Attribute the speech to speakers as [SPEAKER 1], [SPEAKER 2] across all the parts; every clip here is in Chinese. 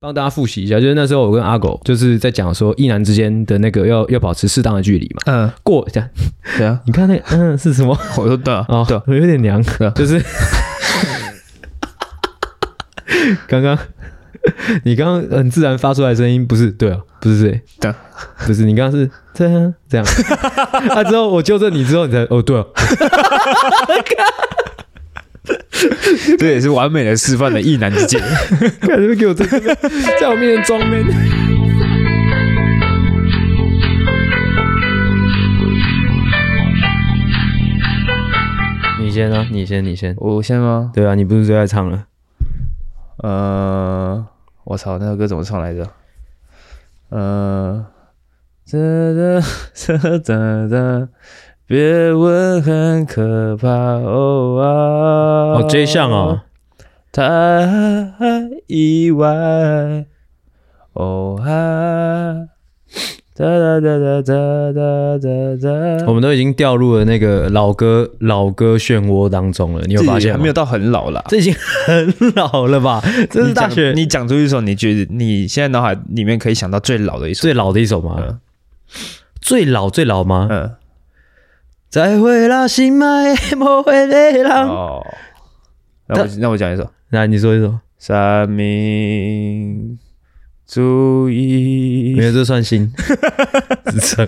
[SPEAKER 1] 帮大家复习一下，就是那时候我跟阿狗就是在讲说，一男之间的那个要要保持适当的距离嘛。
[SPEAKER 2] 嗯，
[SPEAKER 1] 过，等下
[SPEAKER 2] 对啊，
[SPEAKER 1] 你看那个嗯是什么？
[SPEAKER 2] 我说对啊，
[SPEAKER 1] 哦，
[SPEAKER 2] 对啊，
[SPEAKER 1] 我有点娘
[SPEAKER 2] 对啊，
[SPEAKER 1] 就是刚刚你刚刚很自然发出来的声音，不是对啊，不是对，
[SPEAKER 2] 对啊，
[SPEAKER 1] 不是你刚刚是这样这样，啊之后我纠正你之后，你才哦对啊，
[SPEAKER 2] 这也是完美的示范了一男之 见。
[SPEAKER 1] 看你们给我在这边在我面前装 man。你先啊，你先，你先。
[SPEAKER 2] 我先吗？
[SPEAKER 1] 对啊，你不是最爱唱了？
[SPEAKER 2] 呃，我操，那首歌怎么唱来着？呃，哒哒哒哒哒，别问很可怕哦啊！
[SPEAKER 1] 哦，J 项哦，，
[SPEAKER 2] 太意外哦啊！哒哒哒哒哒哒哒
[SPEAKER 1] 我
[SPEAKER 2] 哒，
[SPEAKER 1] 们都已经掉入了那个老歌老歌漩涡当中了。你有发现
[SPEAKER 2] 还
[SPEAKER 1] 吗
[SPEAKER 2] 没有？啊到很老啦。
[SPEAKER 1] 这已经很老了 吧？这是
[SPEAKER 2] 你讲
[SPEAKER 1] 大学
[SPEAKER 2] 你讲出一首你觉得你现在脑海里面可以想到最老的一首，
[SPEAKER 1] 最老的一首吗
[SPEAKER 2] 嗯？
[SPEAKER 1] 最老最老吗？
[SPEAKER 2] 嗯，
[SPEAKER 1] 再会啦，心爱的莫会的人。
[SPEAKER 2] 哦，那我那我讲一首，
[SPEAKER 1] 那你说一首，
[SPEAKER 2] 三民主
[SPEAKER 1] 没
[SPEAKER 2] 义，
[SPEAKER 1] 有这算新。 只剩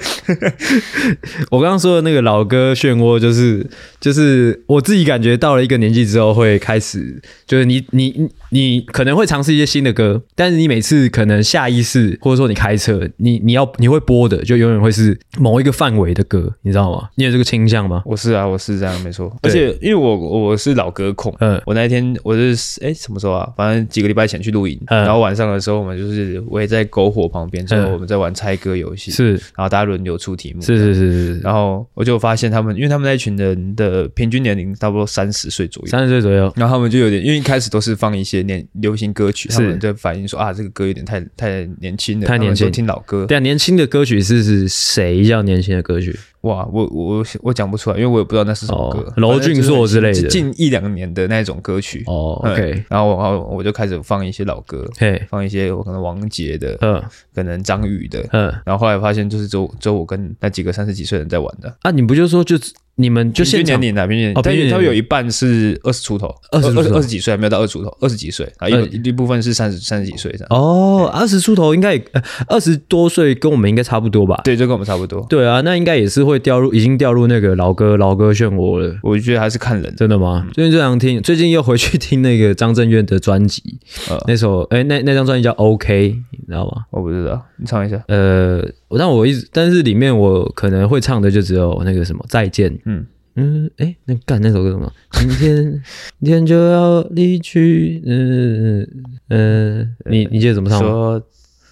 [SPEAKER 1] 我刚刚说的那个老歌漩涡，就是就是我自己感觉到了一个年纪之后，会开始就是你你你你可能会尝试一些新的歌，但是你每次可能下意识或者说你开车，你你要你会播的就永远会是某一个范围的歌，你知道吗？你有这个倾向吗？
[SPEAKER 2] 我是啊，我是这样没错，而
[SPEAKER 1] 对
[SPEAKER 2] 且因为我我是老歌控。
[SPEAKER 1] 嗯
[SPEAKER 2] 我那一天我是哎什么时候啊？反正几个礼拜前去露营，
[SPEAKER 1] 嗯
[SPEAKER 2] 然后晚上的时候我们就是我也在篝火旁边，之后
[SPEAKER 1] 嗯
[SPEAKER 2] 我们在玩猜歌游戏，
[SPEAKER 1] 是
[SPEAKER 2] 然后大家轮流出题目，
[SPEAKER 1] 是是是是是，
[SPEAKER 2] 然后我就发现他们，因为他们那一群人的平均年龄差不多三十岁左右，
[SPEAKER 1] 三十岁左右，
[SPEAKER 2] 然后他们就有点，因为一开始都是放一些年流行歌曲，
[SPEAKER 1] 是
[SPEAKER 2] 他们就反映说啊，这个歌有点太太年轻了，
[SPEAKER 1] 太年轻
[SPEAKER 2] 他们都听老歌。
[SPEAKER 1] 对啊，年轻的歌曲是是谁叫年轻的歌曲？
[SPEAKER 2] 哇，我我我我讲不出来，因为我也不知道那是什么歌
[SPEAKER 1] 哦，娄俊硕之类的
[SPEAKER 2] 反正就是近近一两年的那种歌曲。
[SPEAKER 1] 哦，OK，
[SPEAKER 2] 嗯然后我然后我就开始放一些老歌，
[SPEAKER 1] 嘿，
[SPEAKER 2] 放一些我可能王杰的，
[SPEAKER 1] 嗯
[SPEAKER 2] 可能张宇的。
[SPEAKER 1] 嗯。
[SPEAKER 2] 然后后来发现，就是只有只有我跟那几个三十几岁的人在玩的，
[SPEAKER 1] 啊，你不就说就你们就
[SPEAKER 2] 平均
[SPEAKER 1] 现
[SPEAKER 2] 年
[SPEAKER 1] 场
[SPEAKER 2] 龄啊，平均年
[SPEAKER 1] 哦
[SPEAKER 2] 龄，但
[SPEAKER 1] 平均年龄
[SPEAKER 2] 他们有一半是二十出头，
[SPEAKER 1] 20出头
[SPEAKER 2] 二二十几岁还没有到二十出头，二十几岁，啊，
[SPEAKER 1] 二
[SPEAKER 2] 一一部分是三十三十几岁这样。
[SPEAKER 1] 哦，二十出头应该也二十多岁，跟我们应该差不多吧？
[SPEAKER 2] 对，就跟我们差不多。
[SPEAKER 1] 对啊，那应该也是会掉入，已经掉入那个老歌老歌漩涡了。
[SPEAKER 2] 我觉得还是看人的。
[SPEAKER 1] 真的吗？最近最常听，最近又回去听那个张震岳的专辑，
[SPEAKER 2] 呃
[SPEAKER 1] 那首哎、那那张专辑叫 OK，你知道吗？
[SPEAKER 2] 我不知道，你唱一下。
[SPEAKER 1] 呃，我但我一直，但是里面我可能会唱的就只有那个什么再见，
[SPEAKER 2] 嗯
[SPEAKER 1] 嗯，哎，那干那首歌什么？明天 明天就要离去，嗯嗯嗯，你你记得怎么唱吗？
[SPEAKER 2] 说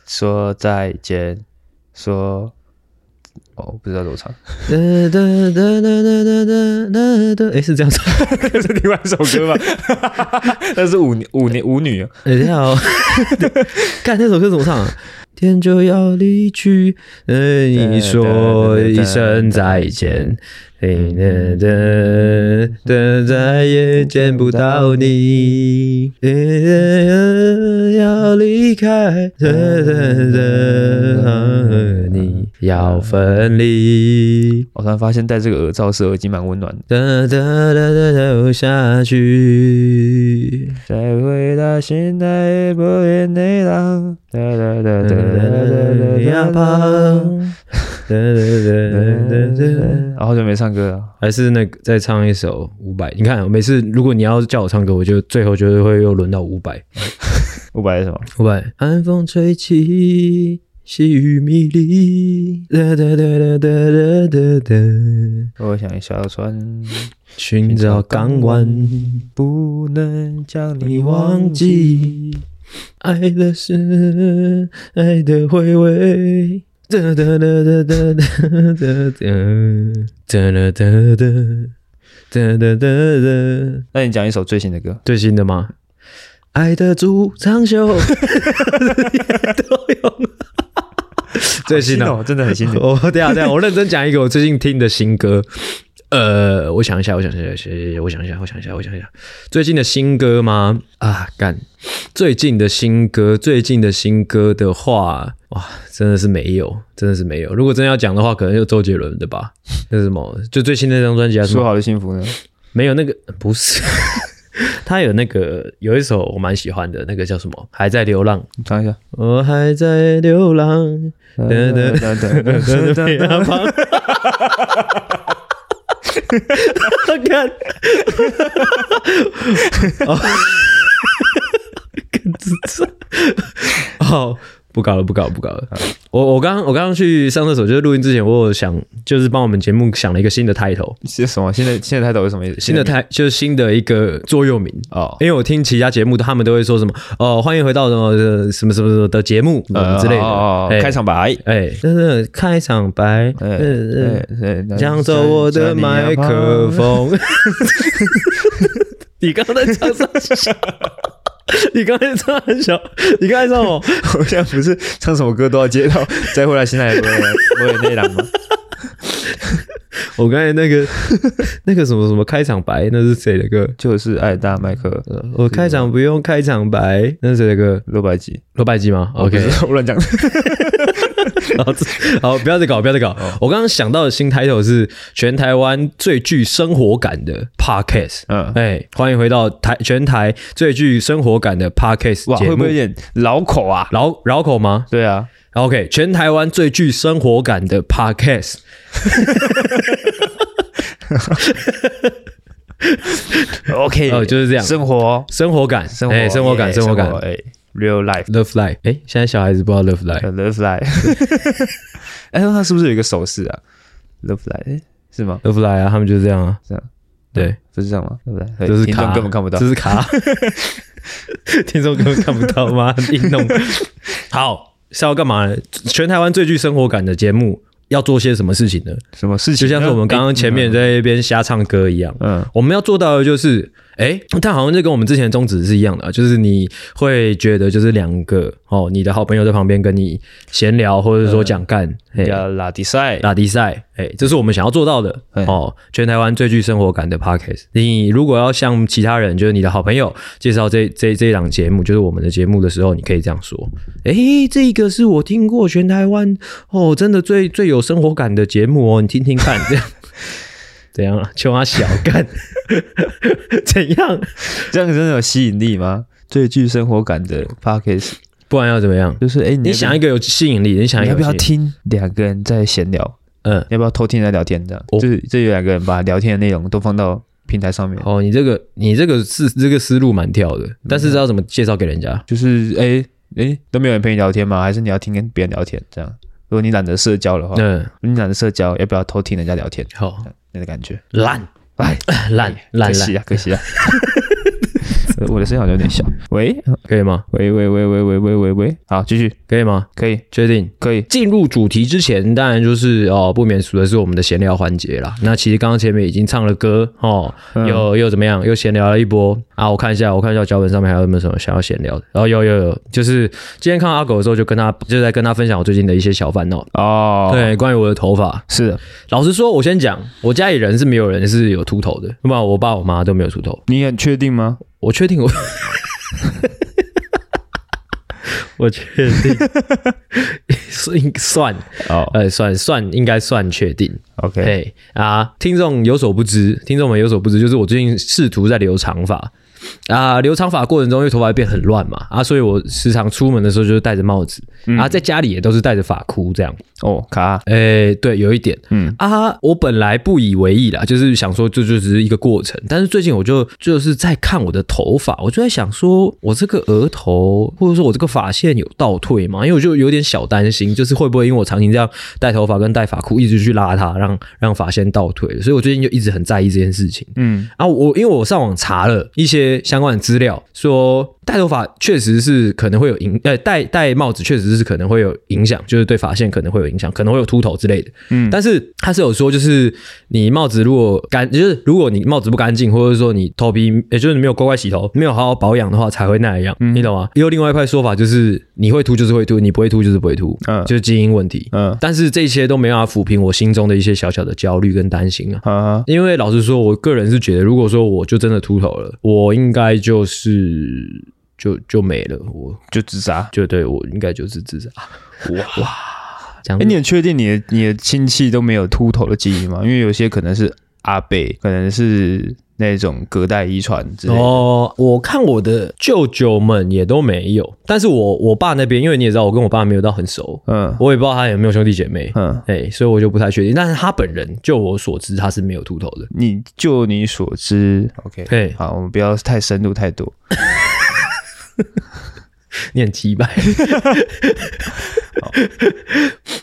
[SPEAKER 2] 说再见，说哦，我不知道怎么唱，
[SPEAKER 1] 哒哒哒哒哒哒哒哒哒，哎，是这样唱，
[SPEAKER 2] 这是另外一首歌吧？ 那是舞舞女舞女，啊
[SPEAKER 1] 哎，等一下哦，干那首歌怎么唱啊？天就要离去，呃，你说一声再见，等等等等，再也见不到你，呃要离开，等等等，你要分离。
[SPEAKER 2] 我突然发现戴这个耳罩式耳机蛮温暖的。
[SPEAKER 1] 哒哒哒哒哒下去，
[SPEAKER 2] 再回到现代不变内浪，哒哒哒哒
[SPEAKER 1] 呀
[SPEAKER 2] 哒哒
[SPEAKER 1] 吧
[SPEAKER 2] 哒哒。
[SPEAKER 1] 哒哒哒哒哒。
[SPEAKER 2] 然后哦就没唱歌了。
[SPEAKER 1] 还是那个再唱一首伍佰。你看，每次如果你要叫我唱歌，我就最后就是会又轮到伍佰。
[SPEAKER 2] 伍佰是什么？
[SPEAKER 1] 伍佰，寒风吹起，细雨迷离，哒哒哒哒哒哒哒哒，
[SPEAKER 2] 我想小船
[SPEAKER 1] 寻找港湾，
[SPEAKER 2] 不能将
[SPEAKER 1] 你
[SPEAKER 2] 你
[SPEAKER 1] 忘
[SPEAKER 2] 忘
[SPEAKER 1] 记
[SPEAKER 2] 记。
[SPEAKER 1] 爱的是爱的回味。哒哒哒哒哒哒哒哒，哒哒哒哒，哒哒哒哒。
[SPEAKER 2] 那你讲一首最新的歌，
[SPEAKER 1] 最新的吗？爱的主长袖都有。最新的，
[SPEAKER 2] 哦，真的很新 的。
[SPEAKER 1] 我等一下等一下，我认真讲一个我最近听的新歌。呃，我想一下，我想一下，我想一下，我想一下，我想一下，最近的新歌吗？啊，干，最近的新歌，最近的新歌的话，哇，真的是没有，真的是没有。如果真要讲的话，可能就周杰伦的吧。那是什么？就最新那张专辑啊？什
[SPEAKER 2] 说
[SPEAKER 1] 么？
[SPEAKER 2] 好的幸福呢？
[SPEAKER 1] 没有那个，不是。 他有那个有一首我蛮喜欢的，那个叫什么？还在流浪，
[SPEAKER 2] 你唱一下。
[SPEAKER 1] 我哦还在流浪。
[SPEAKER 2] 噔
[SPEAKER 1] 噔噔
[SPEAKER 2] 噔噔噔噔 噔，
[SPEAKER 1] 哈哈看，哦，看这这，哦，不搞了，不搞了，不搞了。我我刚我刚刚去上厕所，就是录音之前，我有想就是帮我们节目想了一个新的 title，
[SPEAKER 2] 是什么？现在现在抬头是什么意思？
[SPEAKER 1] 新的
[SPEAKER 2] 抬
[SPEAKER 1] title 就是新的一个座右铭。
[SPEAKER 2] 哦，
[SPEAKER 1] 因为我听其他节目，他们都会说什么哦，欢迎回到什么呃什么什么什么的节目、
[SPEAKER 2] 呃
[SPEAKER 1] 之类的。
[SPEAKER 2] 哦哦
[SPEAKER 1] 哎
[SPEAKER 2] 哦开场白。
[SPEAKER 1] 哎，真的开场白，
[SPEAKER 2] 哎
[SPEAKER 1] 嗯嗯，
[SPEAKER 2] 哎哎
[SPEAKER 1] 抢走我的麦克风。 你刚刚在唱啥小？你刚才唱很小，你刚才唱我，
[SPEAKER 2] 好像不是唱什么歌都要接到，再回来新来的歌，我也内朗吗？
[SPEAKER 1] 我刚才那个 那个什么什么开场白，那是谁的歌？
[SPEAKER 2] 就是爱大麦克
[SPEAKER 1] 我开场不用开场白，那是谁的歌？
[SPEAKER 2] 六百集
[SPEAKER 1] 罗百吉吗？OK，
[SPEAKER 2] 我乱讲。
[SPEAKER 1] 好，这好，不要再搞，不要再搞。我刚刚想到的新 title 是全台湾最具生活感的 podcast。
[SPEAKER 2] 嗯，
[SPEAKER 1] 哎，欢迎回到台全台最具生活感的 podcast
[SPEAKER 2] 哇，
[SPEAKER 1] 节
[SPEAKER 2] 会不
[SPEAKER 1] 目
[SPEAKER 2] 会有。点老口啊？
[SPEAKER 1] 绕绕口吗
[SPEAKER 2] 对啊，
[SPEAKER 1] ？OK，全台湾最具生活感的 podcast。
[SPEAKER 2] OK，
[SPEAKER 1] 哦就是这样
[SPEAKER 2] 生活，
[SPEAKER 1] 生活感，
[SPEAKER 2] 生活，
[SPEAKER 1] 哎生活感，
[SPEAKER 2] 耶
[SPEAKER 1] 生活感
[SPEAKER 2] 哎，real life。
[SPEAKER 1] ，love life。哎，现在小孩子不知道 love life，
[SPEAKER 2] 呃 Love life，哎， 他是不是有一个手势啊？Love life 哎是吗？
[SPEAKER 1] love life 啊，他们就是这样啊，
[SPEAKER 2] 这样
[SPEAKER 1] 对，
[SPEAKER 2] 不是这样吗？对不对？
[SPEAKER 1] 就是
[SPEAKER 2] 听
[SPEAKER 1] 卡，
[SPEAKER 2] 众根本看不到
[SPEAKER 1] 这。是卡， 听众根本看不到吗？硬弄。好是要干嘛呢？全台湾最具生活感的节目要做些什么事情呢？
[SPEAKER 2] 什么事情？
[SPEAKER 1] 就像是我们刚刚前面在那边瞎唱歌一样，
[SPEAKER 2] 嗯，
[SPEAKER 1] 我们要做到的就是，哎，但好像就跟我们之前的宗旨是一样的啊，就是你会觉得就是两个哦，你的好朋友在旁边跟你闲聊，或者说讲干，哎、
[SPEAKER 2] 要拉比赛，
[SPEAKER 1] 打比赛，哎，这是我们想要做到的
[SPEAKER 2] 嗯
[SPEAKER 1] 哦。全台湾最具生活感的 podcast，你如果要向其他人，就是你的好朋友介绍这这这一档节目，就是我们的节目的时候，你可以这样说：，哎，这个是我听过全台湾哦，真的最最有生活感的节目哦，你听听看，这样。 怎样啊？求他小干怎样？
[SPEAKER 2] 这样真的有吸引力吗？最具生活感的 podcast
[SPEAKER 1] 不然要怎么样？
[SPEAKER 2] 就是，哎，你
[SPEAKER 1] 你
[SPEAKER 2] 要不
[SPEAKER 1] 想一个有吸引力，你想一个
[SPEAKER 2] 你
[SPEAKER 1] 有
[SPEAKER 2] 要不要
[SPEAKER 1] 吸引力？
[SPEAKER 2] 听两个人在闲聊？
[SPEAKER 1] 嗯，
[SPEAKER 2] 你要不要偷听人家聊天？这样，
[SPEAKER 1] 哦
[SPEAKER 2] 就是这有两个人把聊天的内容都放到平台上面，
[SPEAKER 1] 哦，你这个你这个是这个思路蛮跳的，但
[SPEAKER 2] 嗯
[SPEAKER 1] 是知道怎么介绍给人家？
[SPEAKER 2] 就是哎哎都没有人陪你聊天吗？还是你要听跟别人聊天？这样，如果你懒得社交的话，
[SPEAKER 1] 嗯，
[SPEAKER 2] 你懒得社交，要不要偷听人家聊天？
[SPEAKER 1] 好。
[SPEAKER 2] 那个感觉，
[SPEAKER 1] 烂
[SPEAKER 2] 哎，
[SPEAKER 1] 烂烂
[SPEAKER 2] 可惜
[SPEAKER 1] 烂，
[SPEAKER 2] 啊，可惜啊。呃 我的声音好像有点小。喂
[SPEAKER 1] 可以吗？
[SPEAKER 2] 喂喂喂喂喂喂喂喂，好，继续，
[SPEAKER 1] 可以吗？
[SPEAKER 2] 可以
[SPEAKER 1] 确定。
[SPEAKER 2] 可以，
[SPEAKER 1] 进入主题之前，当然就是哦，不免俗的是我们的闲聊环节啦。那其实刚刚前面已经唱了歌哦，
[SPEAKER 2] 嗯
[SPEAKER 1] 又又怎么样，又闲聊了一波啊。我看一下，我看一下脚本上面还有没有什么想要闲聊的。然后有有有，就是今天看到阿狗的时候，就跟他就在跟他分享我最近的一些小烦恼。
[SPEAKER 2] 哦，，
[SPEAKER 1] 对，关于我的头发，
[SPEAKER 2] 是的，
[SPEAKER 1] 老实说，我先讲，我家里人是没有人是有秃头的，不然我爸我妈都没有秃头。
[SPEAKER 2] 你很确定吗？
[SPEAKER 1] 我确 定我，我确定，算 算，
[SPEAKER 2] 哦
[SPEAKER 1] 呃，算算应该算确定。
[SPEAKER 2] ，OK，
[SPEAKER 1] 嘿啊，听众有所不知，听众们有所不知，就是我最近试图在留长发啊，留长发过程中，因为头发变很乱嘛啊，所以我时常出门的时候就是戴着帽子、啊，在家里也都是戴着发箍这样。
[SPEAKER 2] 哦，卡，
[SPEAKER 1] 诶、对，有一点，
[SPEAKER 2] 嗯
[SPEAKER 1] 嗯啊，我本来不以为意啦，就是想说这就只是一个过程，但是最近我就就是在看我的头发，我就在想说，我这个额头或者说我这个发线有倒退吗？因为我就有点小担心，就是会不会因为我长期这样戴头发跟戴发箍一直去拉它，让让发线倒退，所以我最近就一直很在意这件事情。
[SPEAKER 2] 嗯
[SPEAKER 1] 啊，我因为我上网查了一些些相关的资料，说戴头发确实是可能会有影，呃，戴戴帽子确实是可能会有影响，就是对发线可能会有影响，可能会有秃头之类的。
[SPEAKER 2] 嗯
[SPEAKER 1] 但是他是有说，就是你帽子如果干，就是如果你帽子不干净，或者说你头皮，也就是你没有乖乖洗头，没有好好保养的话，才会那样，
[SPEAKER 2] 嗯
[SPEAKER 1] 你懂吗？也有另外一派说法，就是你会秃就是会秃，你不会秃就是不会秃，
[SPEAKER 2] 嗯
[SPEAKER 1] 就是基因问题。
[SPEAKER 2] 嗯
[SPEAKER 1] 但是这些都没办法抚平我心中的一些小小的焦虑跟担心啊。
[SPEAKER 2] 啊，
[SPEAKER 1] 因为老实说，我个人是觉得，如果说我就真的秃头了，我应该就是就就没了，我
[SPEAKER 2] 就自杀。
[SPEAKER 1] 就对我应该就是自杀。
[SPEAKER 2] 哇哇！
[SPEAKER 1] 这样子，
[SPEAKER 2] 哎，你很确定你的你的亲戚都没有秃头的基因吗？因为有些可能是阿贝，可能是那种隔代遗传之类的。
[SPEAKER 1] 哦，我看我的舅舅们也都没有，但是我我爸那边，因为你也知道，我跟我爸没有到很熟，
[SPEAKER 2] 嗯
[SPEAKER 1] 我也不知道他有没有兄弟姐妹，
[SPEAKER 2] 嗯，
[SPEAKER 1] 哎、所以我就不太确定。但是他本人，就我所知，他是没有秃头的。
[SPEAKER 2] 你就你所知，OK，
[SPEAKER 1] 对
[SPEAKER 2] 好，我们不要太深入太多。
[SPEAKER 1] 你很鸡掰，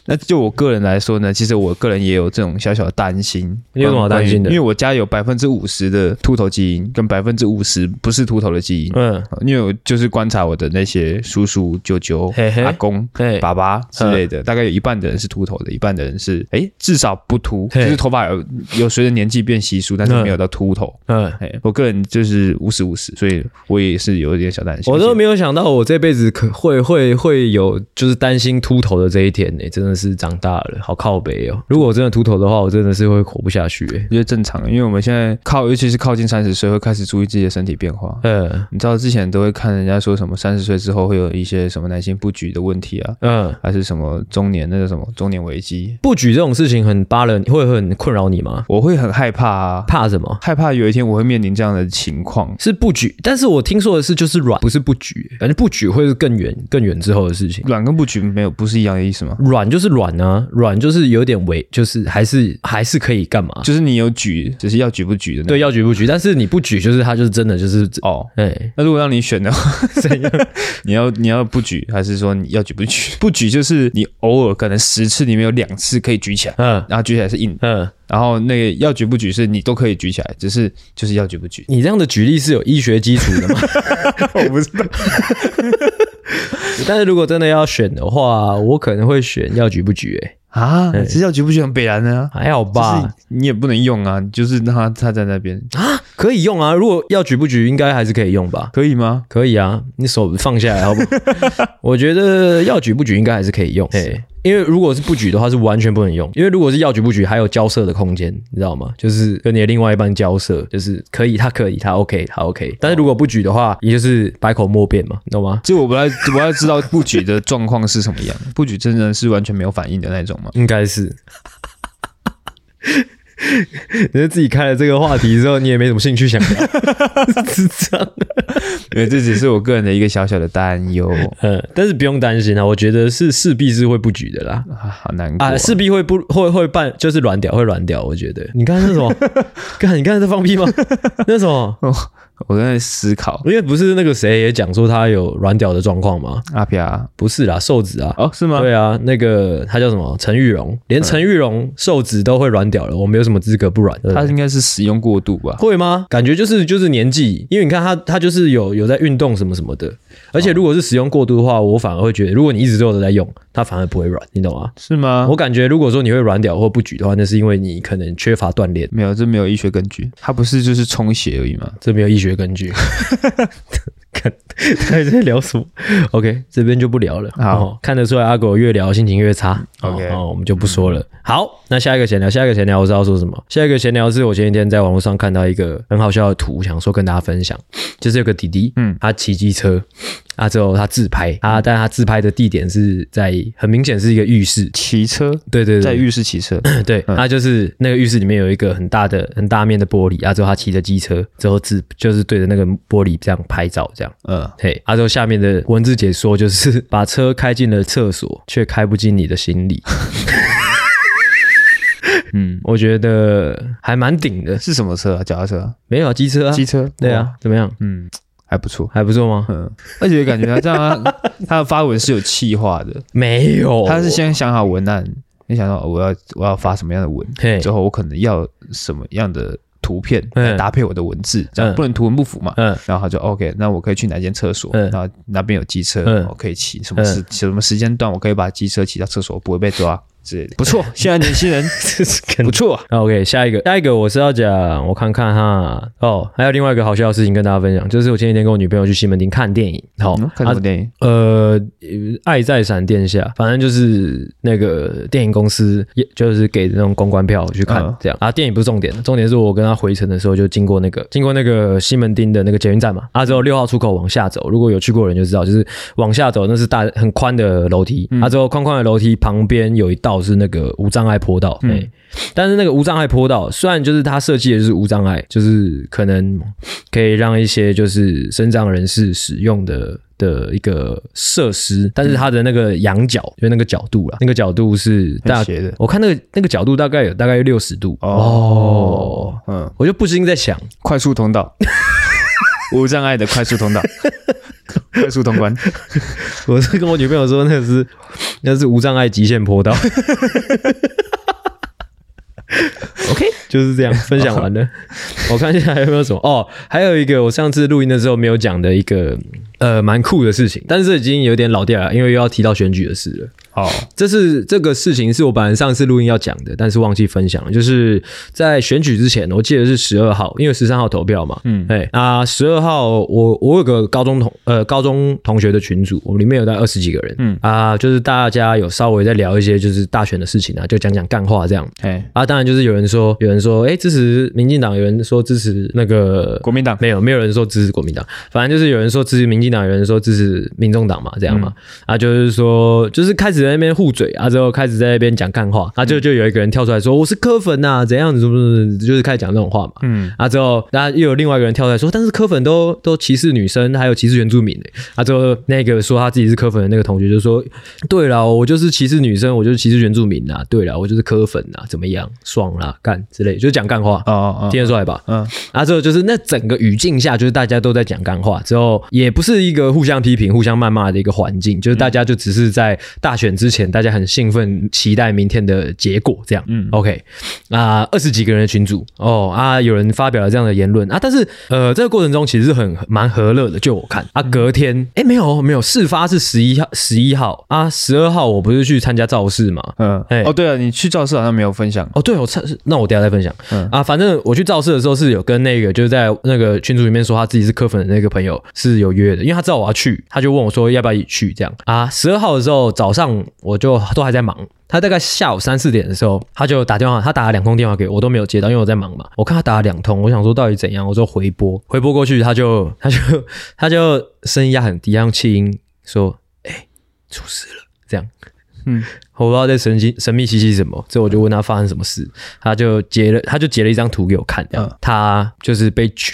[SPEAKER 2] 那就我个人来说呢，其实我个人也有这种小小的担心。
[SPEAKER 1] 你有什么担心的
[SPEAKER 2] 因为我家有百分之五十的秃头基因，跟百分之五十不是秃头的基因。啊
[SPEAKER 1] 嗯，
[SPEAKER 2] 因为我就是观察我的那些叔叔、舅舅、
[SPEAKER 1] 嘿嘿嗯
[SPEAKER 2] 阿公、
[SPEAKER 1] 对，
[SPEAKER 2] 爸爸之类的，大概有一半的人是秃头的，一半的人是哎至少不秃，就
[SPEAKER 1] 嘿
[SPEAKER 2] 是头发有有随着年纪变稀疏，但是
[SPEAKER 1] 嗯
[SPEAKER 2] 没有到秃头。
[SPEAKER 1] 嗯。
[SPEAKER 2] 哎，我个人就是五十五十，所以我也是有一点小担心。
[SPEAKER 1] 我都
[SPEAKER 2] 而且
[SPEAKER 1] 没有想到，我这辈子可会会会有就是担心秃头的这一天呢、欸真的是长大了，好靠北哦。如果我真的秃头的话，我真的是会活不下去、欸。
[SPEAKER 2] 觉得正常，因为我们现在靠，尤其是靠近三十岁，会开始注意自己的身体变化。
[SPEAKER 1] 嗯
[SPEAKER 2] 你知道之前都会看人家说什么三十岁之后会有一些什么男性不举的问题啊，
[SPEAKER 1] 嗯，
[SPEAKER 2] 还是什么中年那个什么中年危机，
[SPEAKER 1] 布局这种事情很巴人，会很困扰你吗？
[SPEAKER 2] 我会很害怕啊，
[SPEAKER 1] 怕什么？
[SPEAKER 2] 害怕有一天我会面临这样的情况。
[SPEAKER 1] 是布局，但是我听说的是就是软，不是布局、欸感觉布局会是更远更远之后的事情。
[SPEAKER 2] 软跟不举没有不是一样的意思吗？
[SPEAKER 1] 软就是软啊，软就是有点违，就是还是还是可以干嘛？
[SPEAKER 2] 就是你有举，只是要举不举的那
[SPEAKER 1] 对，要举不举，但是你不举，就是他就是真的就是，
[SPEAKER 2] 哦。
[SPEAKER 1] 哎、
[SPEAKER 2] 那如果让你选的话，
[SPEAKER 1] 怎样？
[SPEAKER 2] 你要你要不举，还是说你要举不举？ 不举就是你偶尔可能十次里面有两次可以举起来，
[SPEAKER 1] 嗯
[SPEAKER 2] 然后举起来是硬的。
[SPEAKER 1] 嗯。。
[SPEAKER 2] 然后那个要举不举是你都可以举起来，只是就是要举不举
[SPEAKER 1] 你这样的举例是有医学基础的吗？
[SPEAKER 2] 我不知道，
[SPEAKER 1] 但是如果真的要选的话，我可能会选要举不举、欸，
[SPEAKER 2] 啊，只是要举不举很北然的啊，
[SPEAKER 1] 还好
[SPEAKER 2] 就是
[SPEAKER 1] 吧？
[SPEAKER 2] 你也不能用啊，就是让他他在那边
[SPEAKER 1] 可以用啊，如果要举不举，应该还是可以用吧？
[SPEAKER 2] 可以吗？
[SPEAKER 1] 可以啊，你手放下来好不好？ 我觉得要举不举应该还是可以用，嘿，因为如果是不举的话是完全不能用，因为如果是要举不举，还有交涉的空间，你知道吗？就是跟你的另外一半交涉，就是可以，他可以，他 OK，他 OK，但是如果不举的话，也就是百口莫辩嘛，你懂吗？
[SPEAKER 2] 就我不太我要知道不举的状况是什么样， 不举真的是完全没有反应的那种吗？
[SPEAKER 1] 应该是。 你是自己开了这个话题之后，你也没什么兴趣想 聊，是这样。
[SPEAKER 2] 因为这只是我个人的一个小小的担忧
[SPEAKER 1] 嗯，但是不用担心啊，我觉得是势必是会不举的啦。
[SPEAKER 2] 啊，好难过
[SPEAKER 1] 啊，势必会不会会办，就是软屌会软屌，我觉得。你刚才那什么？ 看你刚才在放屁 吗？那什么？
[SPEAKER 2] 我在思考
[SPEAKER 1] 因为不是那个谁也讲说他有软屌的状况吗？
[SPEAKER 2] 阿飘啊
[SPEAKER 1] 不是啦，瘦子啊。
[SPEAKER 2] 哦，是吗？
[SPEAKER 1] 对啊，那个他叫什么？陈玉荣，连陈玉荣瘦子都会软屌了，我们有什么资格不软？对不对
[SPEAKER 2] 他应该是使用过度吧？
[SPEAKER 1] 会吗？感觉就是就是年纪，因为你看他他就是有有在运动什么什么的，而且如果是使用过度的话，我反而会觉得，如果你一直都有在用，它反而不会软，你懂吗？
[SPEAKER 2] 是吗
[SPEAKER 1] 我？感觉如果说你会软屌或不举的话，那是因为你可能缺乏锻炼，
[SPEAKER 2] 没有，这没有医学根据，他不是就是充血而已吗？
[SPEAKER 1] 这没有医学根 据。看他在聊什么？OK，这边就不聊了。
[SPEAKER 2] 好
[SPEAKER 1] 哦看得出来阿狗越聊心情越差。
[SPEAKER 2] OK 嗯
[SPEAKER 1] 哦，哦我们就不说了。好，那下一个闲聊，下一个闲聊我知道说什么？下一个闲聊是我前几天在网络上看到一个很好笑的图，想说跟大家分享，就是有个弟弟，
[SPEAKER 2] 嗯，
[SPEAKER 1] 他骑机车，啊之后他自拍，啊，但他自拍的地点是在很明显是一个浴室，
[SPEAKER 2] 骑车
[SPEAKER 1] 对对对，
[SPEAKER 2] 在浴室骑 车，
[SPEAKER 1] 对，
[SPEAKER 2] 嗯
[SPEAKER 1] 他就是那个浴室里面有一个很大的、很大面的玻璃，啊，之后他骑着机车，之后自就是对着那个玻璃这样拍照，这样。
[SPEAKER 2] 嗯，
[SPEAKER 1] 嘿，啊，之后下面的文字解说就是 把车开进了厕所，却开不进你的心里。
[SPEAKER 2] 嗯，
[SPEAKER 1] 我觉得还蛮顶的，
[SPEAKER 2] 是什么车啊？脚踏车啊、
[SPEAKER 1] 没有啊，机车啊，
[SPEAKER 2] 机车？
[SPEAKER 1] 对
[SPEAKER 2] 哇，
[SPEAKER 1] 啊，怎么样？
[SPEAKER 2] 嗯，还不错。
[SPEAKER 1] 还不错吗？
[SPEAKER 2] 嗯，而且感觉他这样 他，他的发文是有气化的，
[SPEAKER 1] 没有，
[SPEAKER 2] 他是 先想好哦文案，你想到我要我要发什么样的文，
[SPEAKER 1] 嘿
[SPEAKER 2] 之后我可能要什么样的图片
[SPEAKER 1] 嗯
[SPEAKER 2] 来搭配我的文字，这样
[SPEAKER 1] 嗯
[SPEAKER 2] 不能图文不符嘛。
[SPEAKER 1] 嗯
[SPEAKER 2] 然后他就 OK，那我可以去哪间厕所？
[SPEAKER 1] 嗯
[SPEAKER 2] 然后哪边有机车，
[SPEAKER 1] 嗯
[SPEAKER 2] 我可以骑。什么时什么时间段我可以把机车骑到厕所，不会被抓之 类的。不错，现在年轻人 不错啊。
[SPEAKER 1] 那 OK，下一个，下一个我是要讲，我看看哈。哦，还有另外一个好笑的事情跟大家分享，就是我前几天跟我女朋友去西门町看电影，好、
[SPEAKER 2] 嗯看什么电影？
[SPEAKER 1] 呃，爱在闪电下，反正就是那个电影公司，也就是给那种公关票去看、
[SPEAKER 2] 嗯
[SPEAKER 1] 这样啊。电影不是重点，重点是我跟他回程的时候就经过那个经过那个西门町的那个捷运站嘛，啊之后六号出口往下走，如果有去过的人就知道，就是往下走那是大很宽的楼梯，
[SPEAKER 2] 嗯
[SPEAKER 1] 啊之后宽宽的楼梯旁边有一道是那个无障碍坡道，
[SPEAKER 2] 嗯
[SPEAKER 1] 哎、但是那个无障碍坡道虽然就是它设计的就是无障碍，就是可能可以让一些就是身障人士使用的的一个设施，但是它的那个仰角，就那个角度啦，那个角度是大
[SPEAKER 2] 斜的
[SPEAKER 1] 我看那个那个角度大概有大概六十度
[SPEAKER 2] 哦，嗯，
[SPEAKER 1] 我就不禁在想，
[SPEAKER 2] 快速通 道，无障碍的快速通 道，快速通关。
[SPEAKER 1] 我是跟我女朋友说那是那是无障碍极限坡道。OK，就是这样，分享完了。我看一下还有没有什么哦，还有一个我上次录音的时候没有讲的一个呃蛮酷的事情，但是已经有点老掉了，因为又要提到选举的事了。
[SPEAKER 2] 哦，
[SPEAKER 1] 这是这个事情是我本来上次录音要讲的，但是忘记分享了。就是在选举之前，我记得是十二号，因为十三号投票嘛。嗯，哎啊，十二号我我有个高中同呃高中同学的群组，我们里面有大概二十几个人。嗯啊，就是大家有稍微在聊一些就是大选的事情啊，就讲讲干话这样。
[SPEAKER 2] 哎，
[SPEAKER 1] 啊，当然就是有人说，有人说，哎、支持民进党，有人说支持那个
[SPEAKER 2] 国民党
[SPEAKER 1] 没有，没有人说支持国民党，反正就是有人说支持民进党，有人说支持民众党嘛，这样嘛，啊，就是说，就是开始在那边互嘴啊，之后开始在那边讲干话，啊，就就有一个人跳出来说我是柯粉呐、怎样怎么怎么，就是开始讲这种话嘛，嗯，啊，之后那又有另外一个人跳出来说，但是柯粉都都歧视女生，还有歧视原住民、欸，啊，之后那个说他自己是柯粉的那个同学就说，对啦，我就是歧视女生，我就是歧视原住民啦，对啦，我就是柯粉啦，怎么样，爽啦，干之类，就是讲干话。
[SPEAKER 2] 哦哦，
[SPEAKER 1] 听得出来吧？
[SPEAKER 2] 嗯，
[SPEAKER 1] 啊，之后就是那整个语境下，就是大家都在讲干话，之后也不是一个互相批评、互相谩骂的一个环境，就是大家就只是在大选之前，大家很兴奋，期待明天的结果，这样。嗯，OK，啊，二十几个人的群组，哦啊，有人发表了这样的言论啊，但是呃，这个过程中其实是很蛮和乐的，就我看啊，隔天，哎，没有没有，事发是十一号，十一号啊，十二号我不是去参加造势嘛，
[SPEAKER 2] 嗯，
[SPEAKER 1] 哎
[SPEAKER 2] 哦，对了，你去教室好像没有分享。嗯
[SPEAKER 1] 哦，对，我测试，那我等一下再分享。啊，反正我去造势的时候是有跟那个就是在那个群组里面说他自己是科粉的那个朋友是有约的，因为他知道我要去，他就问我说要不要一起去这样啊。十二号的时候早上我就都还在忙。他大概下午三四点的时候，他就打电话，他打了两通电话给我，我都没有接到，因为我在忙嘛。我看他打了两通，我想说到底怎样，我就回拨，回拨过去，他就他就他就声音压很低，他用气音说：“哎、出事了。”这样，
[SPEAKER 2] 嗯，
[SPEAKER 1] 我不知道在神经神秘兮兮什么，所以我就问他发生什么事，他就截了，他就截了一张图给我看，这样，
[SPEAKER 2] 嗯
[SPEAKER 1] 他就是被举，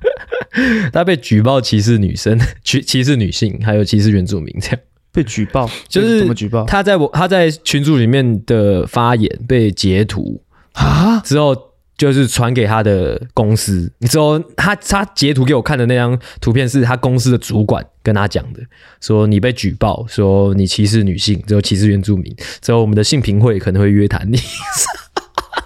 [SPEAKER 1] 他被举报歧视女生、 歧歧视女性，还有歧视原住民，这样，
[SPEAKER 2] 被举报，
[SPEAKER 1] 就是
[SPEAKER 2] 怎么举报？
[SPEAKER 1] 他在我他在群组里面的发言被截图
[SPEAKER 2] 啊，
[SPEAKER 1] 之后。就是传给他的公司之后，他他截图给我看的那张图片是他公司的主管跟他讲的，说你被举报，说你歧视女性，之后歧视原住民，之后我们的性平会可能会约 谈你。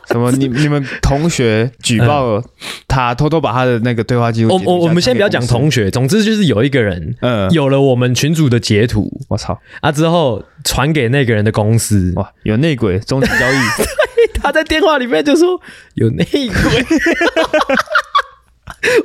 [SPEAKER 2] 什么？你你们同学举报他，偷偷把他的那个对话记录
[SPEAKER 1] 嗯我
[SPEAKER 2] 截图下来？
[SPEAKER 1] 我我们先不要讲
[SPEAKER 2] 给公司
[SPEAKER 1] 同，学，总之就是有一个人
[SPEAKER 2] 嗯，
[SPEAKER 1] 有了我们群主的截图
[SPEAKER 2] 我操，
[SPEAKER 1] 啊，之后传给那个人的公司，
[SPEAKER 2] 哇，有内鬼，终极交易，
[SPEAKER 1] 他在电话里面就说有内鬼。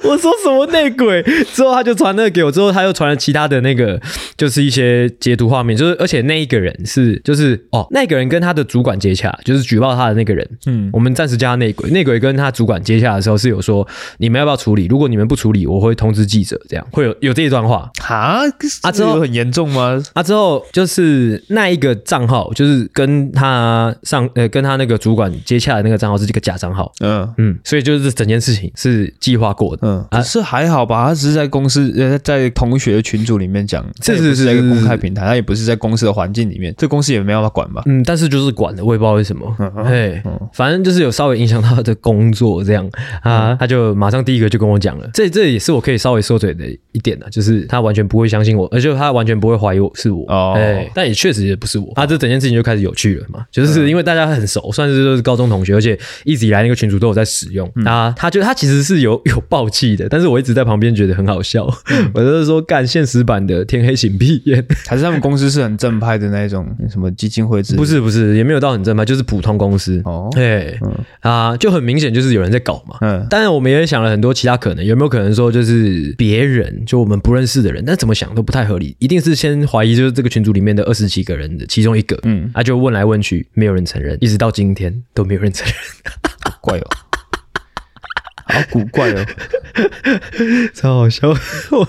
[SPEAKER 1] 我说什么内鬼？之后他就传那个给我，之后他又传了其他的那个，就是一些截图画面，就是而且那一个人是就是哦，那个人跟他的主管接洽，就是举报他的那个人，嗯，我们暂时叫他内鬼。内鬼跟他主管接洽的时候是有说你们要不要处理？如果你们不处理，我会通知记者，这样会有有这一段话。
[SPEAKER 2] 哈，
[SPEAKER 1] 啊之
[SPEAKER 2] 这
[SPEAKER 1] 后
[SPEAKER 2] 有很严重吗？
[SPEAKER 1] 啊，之后就是那一个账号，就是跟他上呃跟他那个主管接洽的那个账号是这个假账号，
[SPEAKER 2] 嗯，
[SPEAKER 1] 嗯，所以就是整件事情是计划
[SPEAKER 2] 过的。
[SPEAKER 1] 嗯，
[SPEAKER 2] 可是还好吧，他只是在公司呃在同学群组里面讲，
[SPEAKER 1] 是
[SPEAKER 2] 他也不
[SPEAKER 1] 是
[SPEAKER 2] 在一
[SPEAKER 1] 是
[SPEAKER 2] 个公
[SPEAKER 1] 是
[SPEAKER 2] 开平台，他也不是在公司的环境里面，这公司也没办法管吧？
[SPEAKER 1] 嗯，但是就是管的，我也不知道为什么。哎、反正就是有稍微影响到他的工作这样啊，他就马上第一个就跟我讲了，这这也是我可以稍微说嘴的一点呢、就是他完全不会相信我，而且他完全不会怀疑我是我，哎、
[SPEAKER 2] 哦
[SPEAKER 1] 但也确实也不是我。啊，这整件事情就开始有趣了嘛，嗯就是因为大家很熟，算是就是高中同学，而且一直以来那个群主都有在使用、啊，他就他其实是有 有爆气的，但是我一直在旁边觉得很好笑，我就是说干现实版的天黑请闭眼。
[SPEAKER 2] 还是他们公司是很正派的那一种什么基金会之类的？
[SPEAKER 1] 不是哎不是，也没有到很正派，就是普通公司。
[SPEAKER 2] 哦，
[SPEAKER 1] 对、啊，就很明显就是有人在搞嘛。
[SPEAKER 2] 嗯，
[SPEAKER 1] 当然，我们也想了很多其他可能，有没有可能说就是别人，就我们不认识的人，但怎么想都不太合理，一定是先怀疑就是这个群组里面的二十几个人的其中一个，嗯
[SPEAKER 2] 嗯，
[SPEAKER 1] 啊就问来问去，没有人承认，一直到今天都没有人承认，
[SPEAKER 2] 怪哦，好
[SPEAKER 1] 啊
[SPEAKER 2] 古怪哦，
[SPEAKER 1] 超好笑，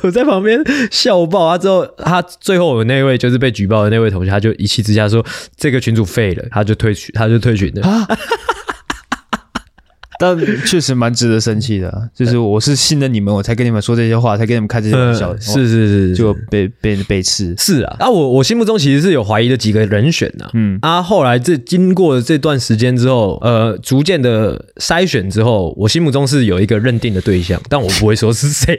[SPEAKER 1] 我在旁边笑爆啊！之后他最后我们那位就是被举报的那位同学，他就一气之下说这个群主废了，他就退群，他就退群了。
[SPEAKER 2] 但确实蛮值得生气的、啊，就是我是信任你们，我才跟你们说这些话，才跟你们开这些玩笑，
[SPEAKER 1] 嗯是是是，是
[SPEAKER 2] 就被被被刺，
[SPEAKER 1] 是啊，啊我我心目中其实是有怀疑的几个人选呐、啊，嗯，啊后来这经过这段时间之后，呃，逐渐的筛选之后，我心目中是有一个认定的对象，但我不会说是谁，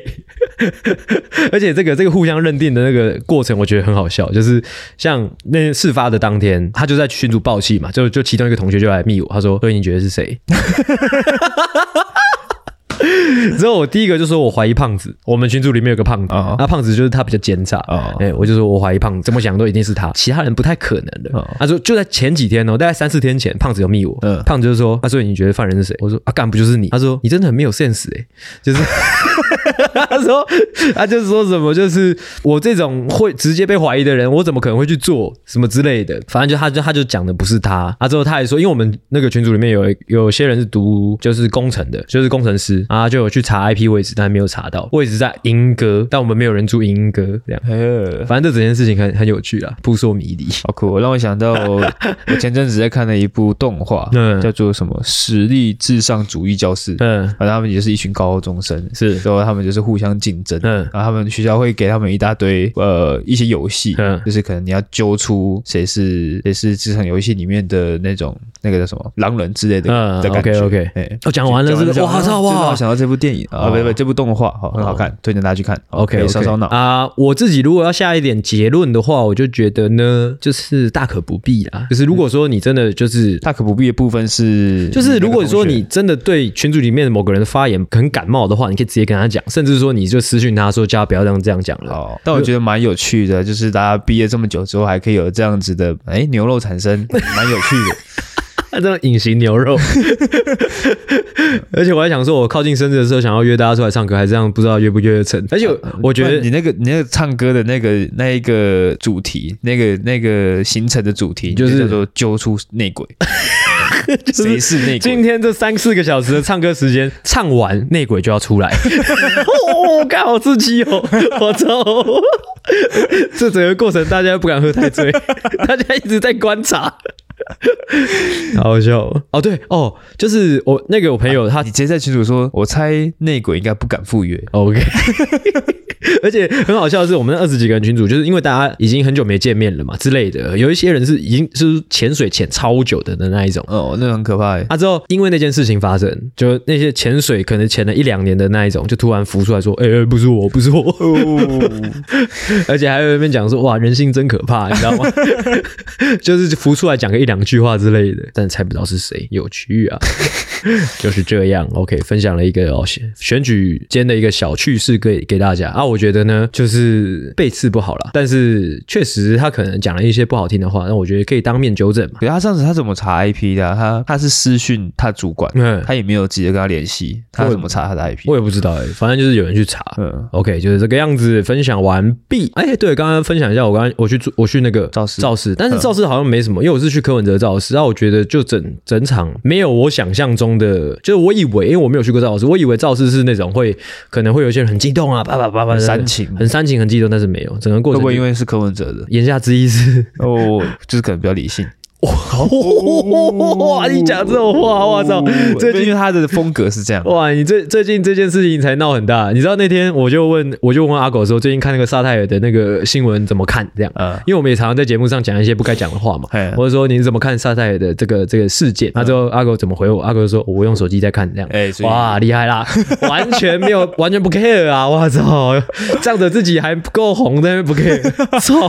[SPEAKER 1] 而且这个这个互相认定的那个过程，我觉得很好笑，就是像那事发的当天，他就在群组爆气嘛，就就其中一个同学就来密我，他说：“哥，你觉得是谁？” 之后我第一个就说我怀疑胖子，我们群组里面有个胖子，那、
[SPEAKER 2] 哦
[SPEAKER 1] 胖子就是他比较奸诈，哎、
[SPEAKER 2] 哦
[SPEAKER 1] 我就说我怀疑胖子，怎么想都一定是他，其他人不太可能的。他、
[SPEAKER 2] 哦
[SPEAKER 1] 说就在前几天哦，大概三四天前，胖子有密我，
[SPEAKER 2] 嗯
[SPEAKER 1] 胖子就说，他、说你觉得犯人是谁？我说啊，干不就是你？他说你真的很没有 sense 哎、就是 他说他就说什么就是我这种会直接被怀疑的人，我怎么可能会去做什么之类的？反正就他就他就讲的不是他啊，之后他还说，因为我们那个群组里面有有些人是读就是工程的，就是工程师啊，就有去查 IP 位置，但没有查到位置在莺歌，但我们没有人住莺歌这样。
[SPEAKER 2] 呃，
[SPEAKER 1] 反正这整件事情很很有趣啊，扑朔迷离。
[SPEAKER 2] 好酷、哦，让我想到 我前阵子在看的一部动画，
[SPEAKER 1] 嗯
[SPEAKER 2] 叫做什么《实力至上主义教室》。啊
[SPEAKER 1] 嗯
[SPEAKER 2] 然后他们也是一群高中生，
[SPEAKER 1] 是
[SPEAKER 2] 然后他们就是互相竞争，
[SPEAKER 1] 嗯
[SPEAKER 2] 然后他们学校会给他们一大堆呃一些游戏，
[SPEAKER 1] 嗯
[SPEAKER 2] 就是可能你要揪出谁是谁是这场游戏里面的那种那个叫什么狼人之类的、
[SPEAKER 1] 嗯
[SPEAKER 2] 的感觉。
[SPEAKER 1] ，OK，OK
[SPEAKER 2] 哎
[SPEAKER 1] 哦讲完了是不是
[SPEAKER 2] 讲完
[SPEAKER 1] 哇操
[SPEAKER 2] 就
[SPEAKER 1] 哇
[SPEAKER 2] 让我想到这部电影啊，
[SPEAKER 1] 哦
[SPEAKER 2] 不不，这部动画好很好看，推荐大家去看。
[SPEAKER 1] ，OK，,
[SPEAKER 2] 可
[SPEAKER 1] o
[SPEAKER 2] 以烧烧脑。
[SPEAKER 1] 啊、我自己如果要下一点结论的话，我就觉得呢，就是大可不必啦。就是如果说你真的就是
[SPEAKER 2] 大可不必的部分是，
[SPEAKER 1] 就是如果说
[SPEAKER 2] 嗯那个同
[SPEAKER 1] 你
[SPEAKER 2] 学
[SPEAKER 1] 真的对群组里面某个人的发言很感冒的话，你可以直接跟他讲，甚至说你就私讯他说叫他不要这样这样讲了。
[SPEAKER 2] 哦，但我觉得蛮有趣的，就是大家毕业这么久之后，还可以有这样子的哎牛肉产生，蛮有趣的。
[SPEAKER 1] 他 这种隐形牛 肉，而且我还想说，我靠近生日的时候想要约大家出来唱歌，还这样不知道约不约得成。而且我觉
[SPEAKER 2] 啊不然
[SPEAKER 1] 得
[SPEAKER 2] 你那个你那个唱歌的那个那一个主题，那个那个行程的主题，
[SPEAKER 1] 就是
[SPEAKER 2] 叫做揪出内 鬼，谁是内
[SPEAKER 1] 今
[SPEAKER 2] 鬼？
[SPEAKER 1] 天这三四个小时的唱歌时间，唱完内鬼就要出来，哦，干好刺激哦！我操，这整个过程大家不敢喝太醉，大家一直在观察，好好笑哦！哦对哦，就是我那个我朋 友他
[SPEAKER 2] 你直接在群主说，我猜内鬼应该不敢赴约。
[SPEAKER 1] OK。而且很好笑的是，我们那二十几个人群组，就是因为大家已经很久没见面了嘛之类的，有一些人是已经就是潜水潜超久的的那一种，
[SPEAKER 2] 哦，那很可怕欸。
[SPEAKER 1] 啊，之后因为那件事情发生，就那些潜水可能潜了一两年的那一种，就突然浮出来说：“哎、哎不是我，不是我。”
[SPEAKER 2] 哦
[SPEAKER 1] 而且还有那边讲说：“哇，人性真可怕，你知道吗？” 就是浮出来讲个一两句话之类的，但猜不到是谁，有趣啊！ 就是这样，OK，分享了一个哦选选举间的一个小趣事给给大家啊。我觉得呢，就是背刺不好啦，但是确实他可能讲了一些不好听的话，那我觉得可以当面纠正嘛。
[SPEAKER 2] 可是他上次他怎么查 IP 的啊、他他是私讯他主管，
[SPEAKER 1] 嗯，
[SPEAKER 2] 他也没有直接跟他联系，他怎么查他的 IP？
[SPEAKER 1] 我也不知道哎、反正就是有人去查，
[SPEAKER 2] 嗯，
[SPEAKER 1] OK，就是这个样子。分享完毕。哎、对，刚刚分享一下，我刚刚我去做，我去那个
[SPEAKER 2] 造势
[SPEAKER 1] 造势，但
[SPEAKER 2] 嗯
[SPEAKER 1] 是造势好像没什么，因为我是去柯文哲造势，啊然后我觉得就整整场没有我想象中的，就是我以为，因哎为我没有去过造势，我以为造势是那种会可能会有一些人很激动啊，叭叭叭叭，
[SPEAKER 2] 很煽情
[SPEAKER 1] 很煽情，很激动，但是没有，整个过
[SPEAKER 2] 会
[SPEAKER 1] 程
[SPEAKER 2] 不
[SPEAKER 1] 就
[SPEAKER 2] 会因为是柯文哲的？
[SPEAKER 1] 言下之意是
[SPEAKER 2] 哦，就是可能比较理性。哦
[SPEAKER 1] 哇，你讲这种话，我操！最
[SPEAKER 2] 因
[SPEAKER 1] 近
[SPEAKER 2] 为他的风格是这样，
[SPEAKER 1] 哇，你最最近这件事情才闹很大。你知道那天我就问，我就问阿狗说，最近看那个沙泰尔的那个新闻怎么看？这样，
[SPEAKER 2] 嗯
[SPEAKER 1] 因为我们也常常在节目上讲一些不该讲的话嘛
[SPEAKER 2] 嘿，嗯
[SPEAKER 1] 或者说你怎么看沙泰尔的这个这个事件？那之后阿狗怎么回我？阿狗就说我用手机在看这样。
[SPEAKER 2] 哎，所以
[SPEAKER 1] 哇，厉害啦！完全没有，完全不 care 啊！我操，仗着自己还不够红，在那边不 care，操！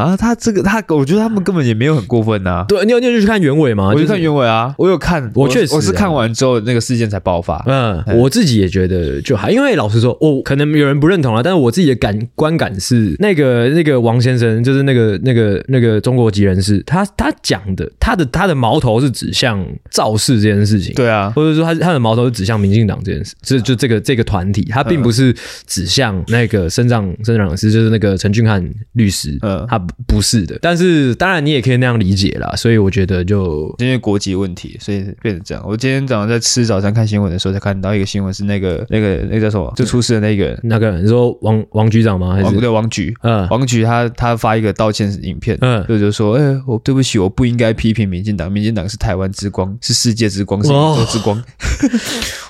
[SPEAKER 2] 啊，他这个他，我觉得他们根本也没有很过分呐。
[SPEAKER 1] 对，你有你有去看原委吗？
[SPEAKER 2] 我
[SPEAKER 1] 就
[SPEAKER 2] 就是看原委啊，我有看，
[SPEAKER 1] 我确实啊
[SPEAKER 2] 我是看完之后那个事件才爆发。
[SPEAKER 1] 嗯，我自己也觉得就还，因为老实说，我、可能有人不认同啊，但是我自己的感观感是，那个那个王先生，就是那个那个那个中国籍人士，他他讲的，他的他的矛头是指向肇事这件事情。
[SPEAKER 2] 对啊，
[SPEAKER 1] 或者说他他的矛头是指向民进党这件事，就就这个这个团体，他并不是指向那个生长生长师，就是那个陈俊翰律师，
[SPEAKER 2] 嗯
[SPEAKER 1] 他不不是的。但是当然你也可以那样理解啦，所以我觉得就
[SPEAKER 2] 因为国籍问题，所以变成这样。我今天早上在吃早餐看新闻的时候，才看到一个新闻是那个那个那个叫什么，就出事的那个人，
[SPEAKER 1] 那个你说王王局长吗？还
[SPEAKER 2] 王
[SPEAKER 1] 是
[SPEAKER 2] 对王局，
[SPEAKER 1] 嗯
[SPEAKER 2] 王局他他发一个道歉影片，
[SPEAKER 1] 嗯
[SPEAKER 2] 就就说，哎、我对不起，我不应该批评民进党，民进党是台湾之光，是世界之
[SPEAKER 1] 哦
[SPEAKER 2] 光，是宇宙之 光，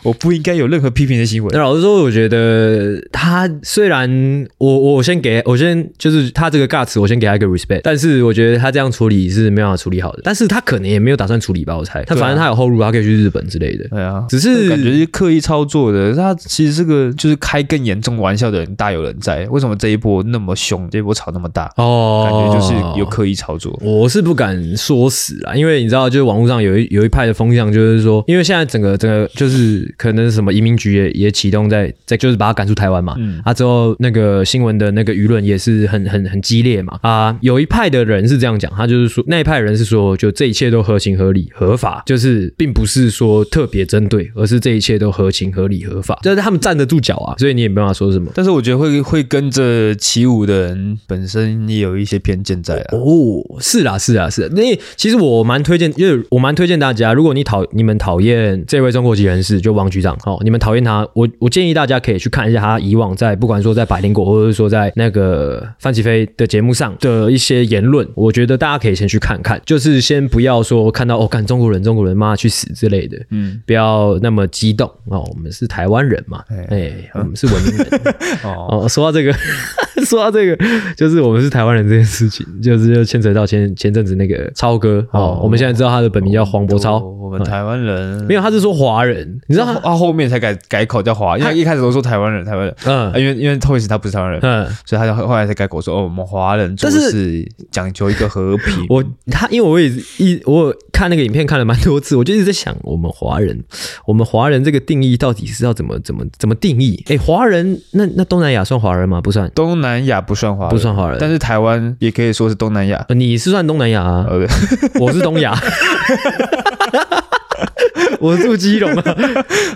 [SPEAKER 2] 我不应该有任何批评的行为
[SPEAKER 1] 那。老实说，我觉得他虽然我我先给我先就是他这个 guts，我先给他一个 respect，但是我觉得他这样处理是没办法处理好的，但是他可能也没有打算处理吧，我猜他
[SPEAKER 2] 对啊
[SPEAKER 1] 反正他有后路，他可以去日本之类的，
[SPEAKER 2] 对啊，
[SPEAKER 1] 只
[SPEAKER 2] 感
[SPEAKER 1] 是。
[SPEAKER 2] 觉是刻意操作的。他其实这个就是开更严重玩笑的人大有人在。为什么这一波那么凶，这一波吵那么大？
[SPEAKER 1] 哦，
[SPEAKER 2] 感觉就是有刻意操作。
[SPEAKER 1] 我是不敢说死啦，因为你知道，就是网络上有一有一派的风向，就是说，因为现在整个整个就是可能什么移民局也也启动在在就是把他赶出台湾嘛，
[SPEAKER 2] 嗯
[SPEAKER 1] 啊之后那个新闻的那个舆论也是很很很激烈嘛，啊有一派的人是这样讲，他就是说那一派人是说，就这一切都合情合理合法，就是并不是说特别针对，而是这一切都合情合理合法，就是他们站得住脚啊，所以你也没办法说什么。
[SPEAKER 2] 但是我觉得会会跟着起舞的人本身也有一些偏见在啊。
[SPEAKER 1] 哦，是啦，是啦，是啦。那其实我蛮推荐，就是我蛮推荐大家，如果你讨你们讨厌这位中国籍人士，就王局长，哦，你们讨厌他，我我建议大家可以去看一下他以往在不管说在百灵果，或者是说在那个范启飞的节目上的一些言论，我觉得大家可以先去看看，就是先不要说看到哦，干中国人，中国人妈去死之类的，
[SPEAKER 2] 嗯，
[SPEAKER 1] 不要那么激动哦，我们是台湾人嘛，哎、我们是文明人。
[SPEAKER 2] 嗯 哦，
[SPEAKER 1] 哦，说到这个， 说到这个，就是我们是台湾人这件事情，就是就牵扯到前前阵子那个超哥哦
[SPEAKER 2] 哦，
[SPEAKER 1] 我们现在知道他的本名叫黄
[SPEAKER 2] 我
[SPEAKER 1] 伯超，嗯
[SPEAKER 2] 我们台湾人
[SPEAKER 1] 没有，他是说华人，你
[SPEAKER 2] 你
[SPEAKER 1] 知道他，
[SPEAKER 2] 他后面才改改口叫华，因为一开始都说台湾人，台湾人，啊
[SPEAKER 1] 嗯
[SPEAKER 2] 因为因为 Toys 他不是台湾人，
[SPEAKER 1] 嗯，
[SPEAKER 2] 所以他就后来才改口说哦，我们华人做
[SPEAKER 1] 但是
[SPEAKER 2] 事讲究一个和平。
[SPEAKER 1] 我他因为我也一我有看那个影片看了蛮多次，我就一直在想，我们华人，我们华人这个定义到底是要怎么怎么怎么定义？哎，华人那那东南亚算华人吗？不算，
[SPEAKER 2] 东南亚不算华人，
[SPEAKER 1] 不算华人
[SPEAKER 2] 但是台湾也可以说是东南亚。
[SPEAKER 1] 呃你是算东南亚啊？
[SPEAKER 2] 呃，对，
[SPEAKER 1] 我是东亚，我住基隆啊。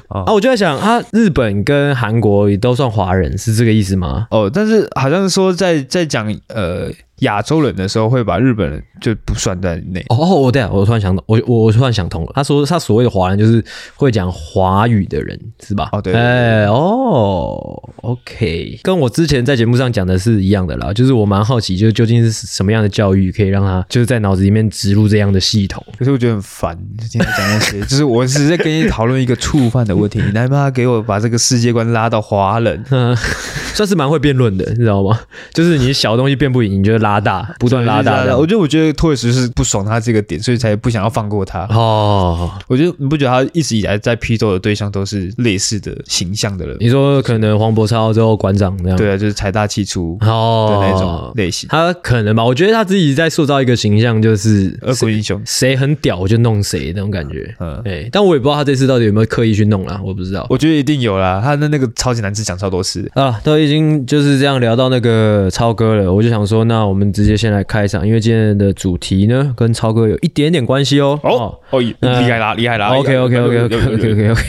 [SPEAKER 2] 哦
[SPEAKER 1] 啊，我就在想啊，日本跟韩国也都算华人，是这个意思吗？
[SPEAKER 2] 哦，但是好像是说在在讲呃亚洲人的时候，会把日本人就不算在内。
[SPEAKER 1] 哦，我对啊，我突然想到，我我我突然想通了。他说他所谓的华人就是会讲华语的人，是吧？
[SPEAKER 2] 哦对对对
[SPEAKER 1] 哎，哦，OK，跟我之前在节目上讲的是一样的啦。就是我蛮好奇，就是究竟是什么样的教育可以让他就是在脑子里面植入这样的系统？
[SPEAKER 2] 可是我觉得很烦，就今天讲那些，就是我只是在跟你讨论一个触犯的问题，你他妈给我把这个世界观拉到华人，
[SPEAKER 1] 嗯，算是蛮会辩论的，你知道吗？ 就是你小东西辩不赢，你就拉大，不断拉大这样。
[SPEAKER 2] 我就我觉得托尔斯是不爽他这个点，所以才不想要放过他。
[SPEAKER 1] 哦，
[SPEAKER 2] 我觉得你不觉得他一直以来在批斗的对象都是类似的形象的人？
[SPEAKER 1] 你说可能黄伯超之后馆长那样，，
[SPEAKER 2] 对啊，就是财大气粗的
[SPEAKER 1] 哦，
[SPEAKER 2] 那种类型，
[SPEAKER 1] 他可能吧？我觉得他自己在塑造一个形象，就是呃
[SPEAKER 2] 恶棍英雄。
[SPEAKER 1] 谁很屌我就弄谁那种感觉。
[SPEAKER 2] 嗯，
[SPEAKER 1] 哎，但我也不知道他这次到底有没有刻意去弄啦，我不知道。
[SPEAKER 2] 我觉得一定有啦，他的那个超级难吃讲超多次。
[SPEAKER 1] 啊，都已经就是这样聊到那个超哥了，我就想说，那我们直接先来开场，因为今天的主题呢跟超哥有一点点关系哦。
[SPEAKER 2] 哦哦，厉
[SPEAKER 1] 嗯
[SPEAKER 2] 害啦，厉害啦
[SPEAKER 1] OK OK OK OK OK OK OK，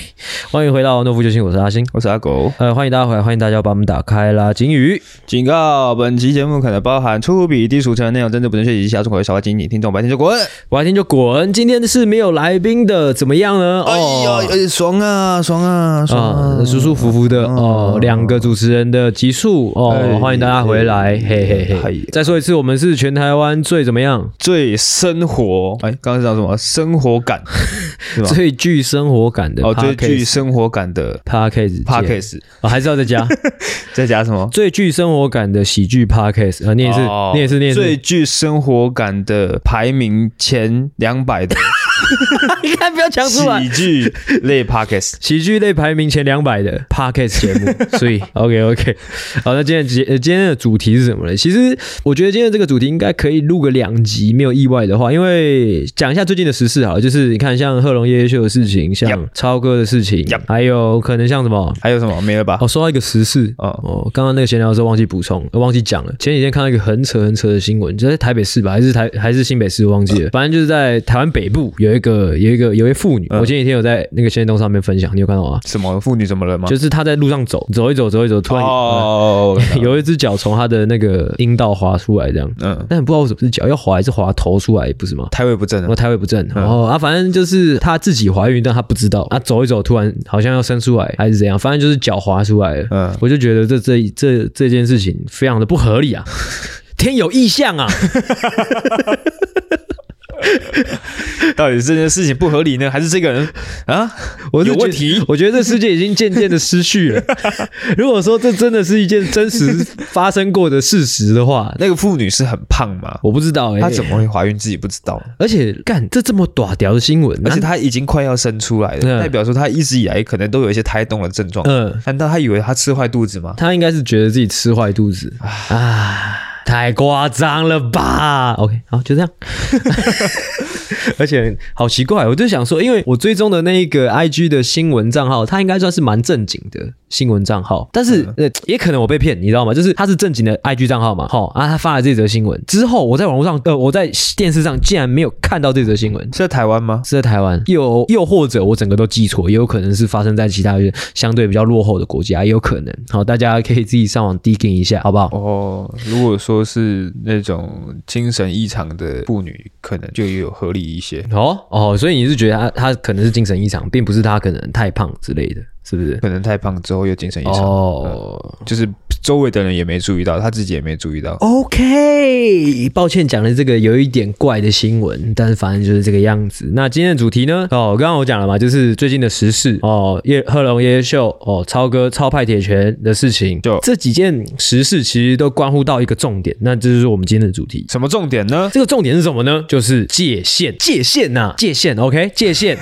[SPEAKER 1] 欢迎回到诺夫救星，我是阿星。
[SPEAKER 2] 我是阿狗。
[SPEAKER 1] 呃，欢迎大家回来，欢迎大家把我们打开啦，金鱼。
[SPEAKER 2] 警告：本期节目可能包含粗鄙、低俗成人内容，真的不能学习。以及下重口味、小花精，你听众白天就滚。
[SPEAKER 1] 白天就滚，今天是没有来宾的，怎么样呢？哦，
[SPEAKER 2] 哎呦，爽啊，爽啊，
[SPEAKER 1] 啊，舒舒服服的哦，两个主持人的集数哦，
[SPEAKER 2] 哎
[SPEAKER 1] 欢迎大家回来，
[SPEAKER 2] 哎
[SPEAKER 1] 嘿嘿
[SPEAKER 2] 哎
[SPEAKER 1] 嘿。再说一次我们是全台湾最怎么样？
[SPEAKER 2] 最生活，哎，刚刚讲什么？生活感是吧？
[SPEAKER 1] 最具生活感的
[SPEAKER 2] 哦，最
[SPEAKER 1] podcast
[SPEAKER 2] 具生活感的
[SPEAKER 1] podcast 界
[SPEAKER 2] podcast，
[SPEAKER 1] 哦，还是要再加
[SPEAKER 2] 再加什么？
[SPEAKER 1] 最具生活感的喜剧 podcast 啊、念一次，
[SPEAKER 2] 哦
[SPEAKER 1] 念一次，念一次。
[SPEAKER 2] 最具生活感的排名前两百的
[SPEAKER 1] 你看，不要讲出来
[SPEAKER 2] 喜。剧类 podcast。
[SPEAKER 1] 喜剧类排名前两百的 podcast 节 目，所以 OK OK，好，那今天节呃今天的主题是什么呢？其实我觉得今天这个主题应该可以录个两集，没有意外的话，因为讲一下最近的时事好了，就是你看像贺龙夜夜秀的事情，像
[SPEAKER 2] Yup
[SPEAKER 1] 超哥的事情
[SPEAKER 2] Yup
[SPEAKER 1] 还有可能像什么。
[SPEAKER 2] 还有什么没了吧？
[SPEAKER 1] 哦，说到一个时事
[SPEAKER 2] 哦
[SPEAKER 1] 哦，刚刚那个闲聊的时候忘记补充，呃忘记讲了。前几天看到一个很扯很扯的新闻，就在台北市吧，还是台还是新北市，我忘
[SPEAKER 2] Uh
[SPEAKER 1] 记了。反正就是在台湾北部有一个有一个有一位妇女，
[SPEAKER 2] 嗯
[SPEAKER 1] 我前几天有在那个闲动上面分享，你有看到吗？
[SPEAKER 2] 什么妇女怎么了吗？
[SPEAKER 1] 就是她在路上走，走一走，走一走，突然、
[SPEAKER 2] 哦，
[SPEAKER 1] 呃 有一只脚从她的那个阴道滑出来，这样。
[SPEAKER 2] 嗯，
[SPEAKER 1] 但不知道为什么是脚，要滑还是滑头出来，不是吗？
[SPEAKER 2] 胎位不正
[SPEAKER 1] 然
[SPEAKER 2] 啊
[SPEAKER 1] 后，胎位不正，然后啊，反正就是她自己怀孕，但她不知道，啊，走一走，突然好像要生出来，还是怎样，反正就是脚滑出来了。
[SPEAKER 2] 嗯，
[SPEAKER 1] 我就觉得这这这这件事情非常的不合 理啊，天有异象啊！
[SPEAKER 2] 到底是这件事情不合理呢，还是这个人啊
[SPEAKER 1] 我是
[SPEAKER 2] 有
[SPEAKER 1] 觉
[SPEAKER 2] 问题？
[SPEAKER 1] 我觉得这世界已经渐渐的失序了。 如果说这真的是一件真实发生过的事实的话，
[SPEAKER 2] 那个妇女是很胖吗？
[SPEAKER 1] 我不知道哎、
[SPEAKER 2] 她怎么会怀孕自己不知道？
[SPEAKER 1] 而且干这这么短条的新闻，
[SPEAKER 2] 而且
[SPEAKER 1] 那
[SPEAKER 2] 她已经快要生出来了，
[SPEAKER 1] 嗯
[SPEAKER 2] 代表说她一直以来可能都有一些胎动的症状。
[SPEAKER 1] 嗯，
[SPEAKER 2] 难道她以为她吃坏肚子吗？
[SPEAKER 1] 他应该是觉得自己吃坏肚子啊，太夸张了吧？OK，好，就这 样。而且好奇怪，我就想说，因为我追踪的那一个 IG 的新闻账号，它应该算是蛮正经的新闻账号，但是、
[SPEAKER 2] 嗯
[SPEAKER 1] 呃，也可能我被骗，你知道吗？就是它是正经的 IG 账号嘛，好啊，他发了这则新闻之后，我在网络上，呃，我在电视上竟然没有看到这则新闻。
[SPEAKER 2] 是在台湾吗？
[SPEAKER 1] 是在台湾，又又或者我整个都记错，也有可能是发生在其他相对比较落后的国家，也有可能。好，大家可以自己上网 digging 一下，好不好？
[SPEAKER 2] 哦，如果说是那种精神异常的妇女，可能就有合理一些，
[SPEAKER 1] 哦哦，所以你是觉得他他可能是精神异常，并不是他可能太胖之类的，是不是？
[SPEAKER 2] 可能太胖之后又精神异常，
[SPEAKER 1] 哦
[SPEAKER 2] 就是周围的人也没注意到，她自己也没注意到。
[SPEAKER 1] ，OK，抱歉讲了这个有一点怪的新闻，但是反正就是这个样子。那今天的主题呢？哦，刚刚我讲了嘛，就是最近的时事哦，叶贺龙爷爷秀哦，超哥超派铁拳的事情，
[SPEAKER 2] 就
[SPEAKER 1] 这几件时事其实都关乎到一个重点，那这就是我们今天的主题。
[SPEAKER 2] 什么重点呢？
[SPEAKER 1] 这个重点是什么呢？就是界限，界限呐、界限，OK，界限，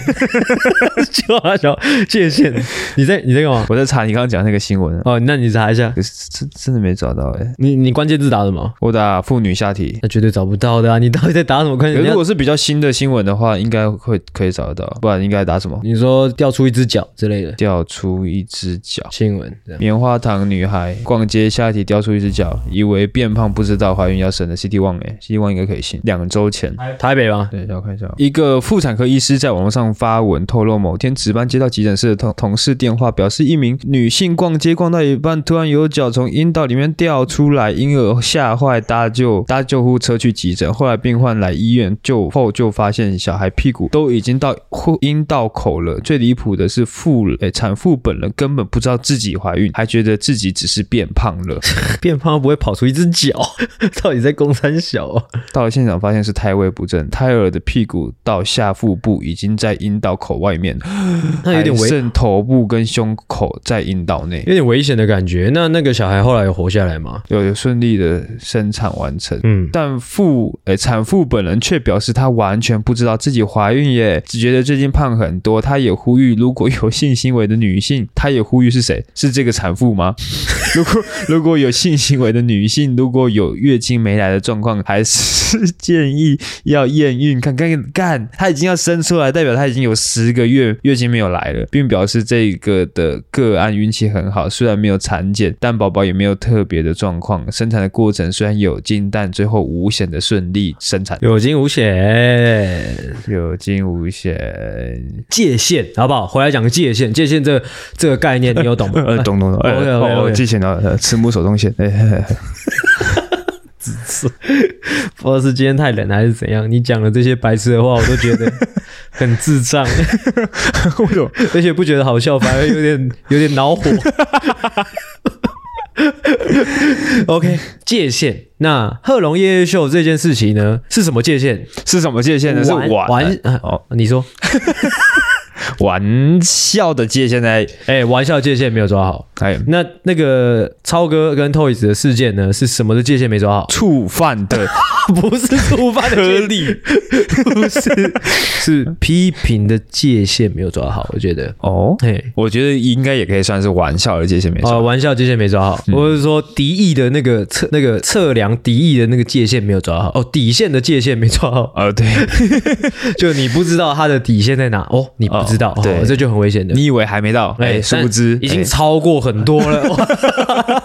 [SPEAKER 1] 就啊，小界限，你在你在干嘛？
[SPEAKER 2] 我在查你刚刚讲那个新闻啊，
[SPEAKER 1] 哦，那你查一下，
[SPEAKER 2] 可是真真的没找到哎、
[SPEAKER 1] 你你关键字打什么？
[SPEAKER 2] 我打妇女下体。
[SPEAKER 1] 那绝对找不到的啊！你到底在打什么关
[SPEAKER 2] 可
[SPEAKER 1] 键
[SPEAKER 2] 是
[SPEAKER 1] 字
[SPEAKER 2] 如？果是比较新的新闻的话，应该会可以找得到，不然应该打什么？
[SPEAKER 1] 你说掉出一只脚之类的
[SPEAKER 2] 掉出一只脚，
[SPEAKER 1] 新闻，这样
[SPEAKER 2] 棉花糖女孩逛街下体掉出一只脚，以为变胖不知道怀孕要生的 CT One 哎，CT One 应该可以信。两周前，
[SPEAKER 1] 台北吗？
[SPEAKER 2] 对，让我看一下哦。一个妇产科医师在网络上发文透露，某天值班接到急诊室的同同事电话，表示一名女性逛街逛到一半，突然有脚从阴道里面掉出来，因而吓坏，搭救搭救护车去急诊。后来病患来医院救后，就发现小孩屁股都已经到后阴道口了。最离谱的是妇诶、产妇本人根本不知道自己怀孕，还觉得自己只是变胖了。
[SPEAKER 1] 变胖不会跑出一只脚， 到底在攻三小、 啊？
[SPEAKER 2] 到了现场发现是胎位不正，胎儿的屁股到下腹部已经在阴道口外面，
[SPEAKER 1] 那有点
[SPEAKER 2] 还
[SPEAKER 1] 危，
[SPEAKER 2] 剩头部跟胸口在阴道内，
[SPEAKER 1] 有点危险的感觉。那那个小孩后来有活下来吗？
[SPEAKER 2] 有有顺利的生产完成。
[SPEAKER 1] 嗯，
[SPEAKER 2] 但妇诶、产妇本人却表示她完全不知道自己怀孕耶，只觉得最近胖很多。她也呼吁，如果有性行为的女性，她也呼吁是谁？是这个产妇吗？ 如果如果有性行为的女性，如果有月经没来的状况，还是建议要验孕看看干。她已经要生出来，代表她已经有十个月月经没有来了，并表示这个的个案运气很好，虽然没有产检，但宝宝也没有特别的状况。生产的过程虽然有惊，但最后无险的顺利生产，
[SPEAKER 1] 有惊无险，
[SPEAKER 2] 有惊无 险。
[SPEAKER 1] 界限好不好？回来讲界限，界限这这个概念你有懂 吗？
[SPEAKER 2] 呃，懂懂懂，哎
[SPEAKER 1] OK，OK，OK
[SPEAKER 2] 哦，我记起来了，呃 慈母手中线，哎嘿嘿嘿
[SPEAKER 1] 不知道是今天太冷还是怎样，你讲的这些白痴的话，我都觉得很智 障，
[SPEAKER 2] 为什么？
[SPEAKER 1] 而且不觉得好笑，反而有点有点恼火。 OK，界限。那贺龙夜夜秀这件事情呢，是什么界限？
[SPEAKER 2] 是什么界限呢？是
[SPEAKER 1] 玩
[SPEAKER 2] 玩
[SPEAKER 1] 玩啊
[SPEAKER 2] 哦
[SPEAKER 1] 你说，
[SPEAKER 2] 玩笑的界限在
[SPEAKER 1] 哎、玩笑界限没有抓好。
[SPEAKER 2] 哎
[SPEAKER 1] 那那个超哥跟 Toys 的事件呢，是什么的界限没抓好？
[SPEAKER 2] 触犯 的
[SPEAKER 1] 不是触犯的
[SPEAKER 2] 合
[SPEAKER 1] 界限，
[SPEAKER 2] 理
[SPEAKER 1] 不是，是批评的界限没有抓好。我觉得，
[SPEAKER 2] 哦。
[SPEAKER 1] 嘿，
[SPEAKER 2] 我觉得应该也可以算是玩笑的界限没
[SPEAKER 1] 啊、
[SPEAKER 2] 错。嗯
[SPEAKER 1] 玩笑界限没抓好，或者是说敌意的那个测那个测量敌意的那个界限没有抓好，哦，底线的界限没抓好，
[SPEAKER 2] 呃， 对，
[SPEAKER 1] 就你不知道他的底线在哪，哦，你不知道，
[SPEAKER 2] 哦对
[SPEAKER 1] 哦这就很危险的。
[SPEAKER 2] 你以为还没到，哎，殊不知
[SPEAKER 1] 但已经
[SPEAKER 2] 哎
[SPEAKER 1] 超过很多 了，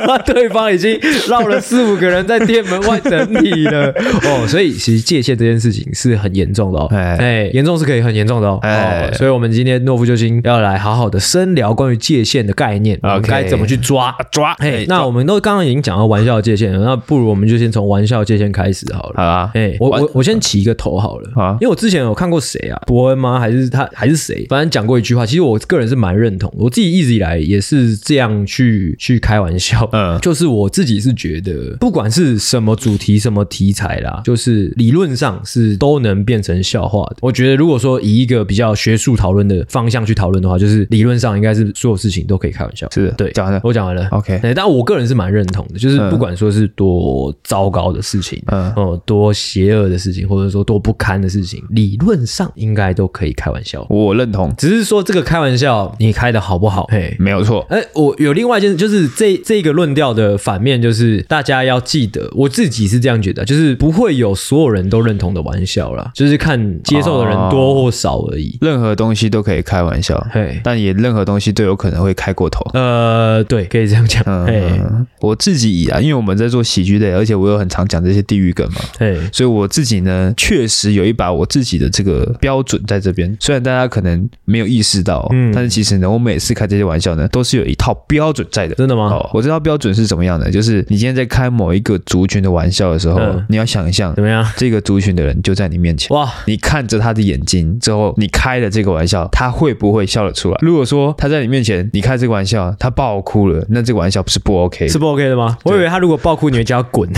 [SPEAKER 1] 哇对方已经绕了四五个人在店门外等你了哦，所以其实界限这件事情是很严重的哦，
[SPEAKER 2] 哎
[SPEAKER 1] 哎，严重是可以很严重的哦，
[SPEAKER 2] 哎
[SPEAKER 1] 哦所以我们今天诺夫救星要来好好的深聊关于界限的概念，我们
[SPEAKER 2] OK
[SPEAKER 1] 该怎么去抓
[SPEAKER 2] 啊。抓，
[SPEAKER 1] 嘿
[SPEAKER 2] 哎，，
[SPEAKER 1] 那
[SPEAKER 2] 抓
[SPEAKER 1] 我们都刚刚已经讲到玩笑的界限了，那不如我们就先从玩笑界限开始好了。
[SPEAKER 2] 好啊啦，
[SPEAKER 1] 哎、我
[SPEAKER 2] 玩
[SPEAKER 1] 我我先起一个头好了，
[SPEAKER 2] 好啊
[SPEAKER 1] 因为我之前有看过谁啊，伯恩吗？还是他还是谁？反正讲过一句话，其实我个人是蛮认同的，我自己一直以来也是这样去去开玩笑，
[SPEAKER 2] 嗯
[SPEAKER 1] 就是我自己是觉得，不管是什么主题、什么题材啦，就是理论上是都能变成笑话的。我觉得，如果说以一个比较学术讨论的方向去讨论的话，就是理论上应该是所有事情都可以开玩笑，
[SPEAKER 2] 是的
[SPEAKER 1] 对，
[SPEAKER 2] 讲完了
[SPEAKER 1] 我讲完了
[SPEAKER 2] OK
[SPEAKER 1] 对但我个人是蛮认同的，就是
[SPEAKER 2] 嗯
[SPEAKER 1] 不管说是多糟糕的事情，
[SPEAKER 2] 嗯
[SPEAKER 1] 哦，多邪恶的事情，或者说多不堪的事情，理论上应该都可以开玩笑，
[SPEAKER 2] 我认同，
[SPEAKER 1] 只是说这个开玩笑你开的好不好？嘿，
[SPEAKER 2] 没有错，
[SPEAKER 1] 哎，我有另外一件事，就是这这个论调的反面，就是大家要记得，我自己是这样觉得，就是不会有所有人都认同的玩笑啦，就是看接受的
[SPEAKER 2] 哦
[SPEAKER 1] 人多或少而已。
[SPEAKER 2] 任何东西都可以开玩笑，
[SPEAKER 1] 嘿，
[SPEAKER 2] 但也任何东西都有可能会开过头。
[SPEAKER 1] 呃，对，可以这样讲。嘿，
[SPEAKER 2] 嗯，我自己啊，因为我们在做喜剧类，而且我有很常讲这些地狱梗嘛，
[SPEAKER 1] 嘿，
[SPEAKER 2] 所以我自己呢，确实有一把我自己的这个标准在这边。虽然大家可能没有意识到，
[SPEAKER 1] 嗯
[SPEAKER 2] 但是其实呢，我每次开这些玩笑呢，都是有一套标准在的。
[SPEAKER 1] 真的吗？
[SPEAKER 2] 哦，我这套标准是怎么样的？就是你今天在开某一个族群的玩笑的时候，
[SPEAKER 1] 嗯
[SPEAKER 2] 你要想象
[SPEAKER 1] 怎么样？
[SPEAKER 2] 这个族群的人就在你面前。
[SPEAKER 1] 哇，
[SPEAKER 2] 你看着他的眼睛之后，你开了这个玩笑，他会不会笑得出来？如果说他在你面前，你开这个玩笑，他爆哭了，那这个玩笑不是不 OK，
[SPEAKER 1] 是不 OK 的吗？我以为他如果爆哭，你会叫他滚。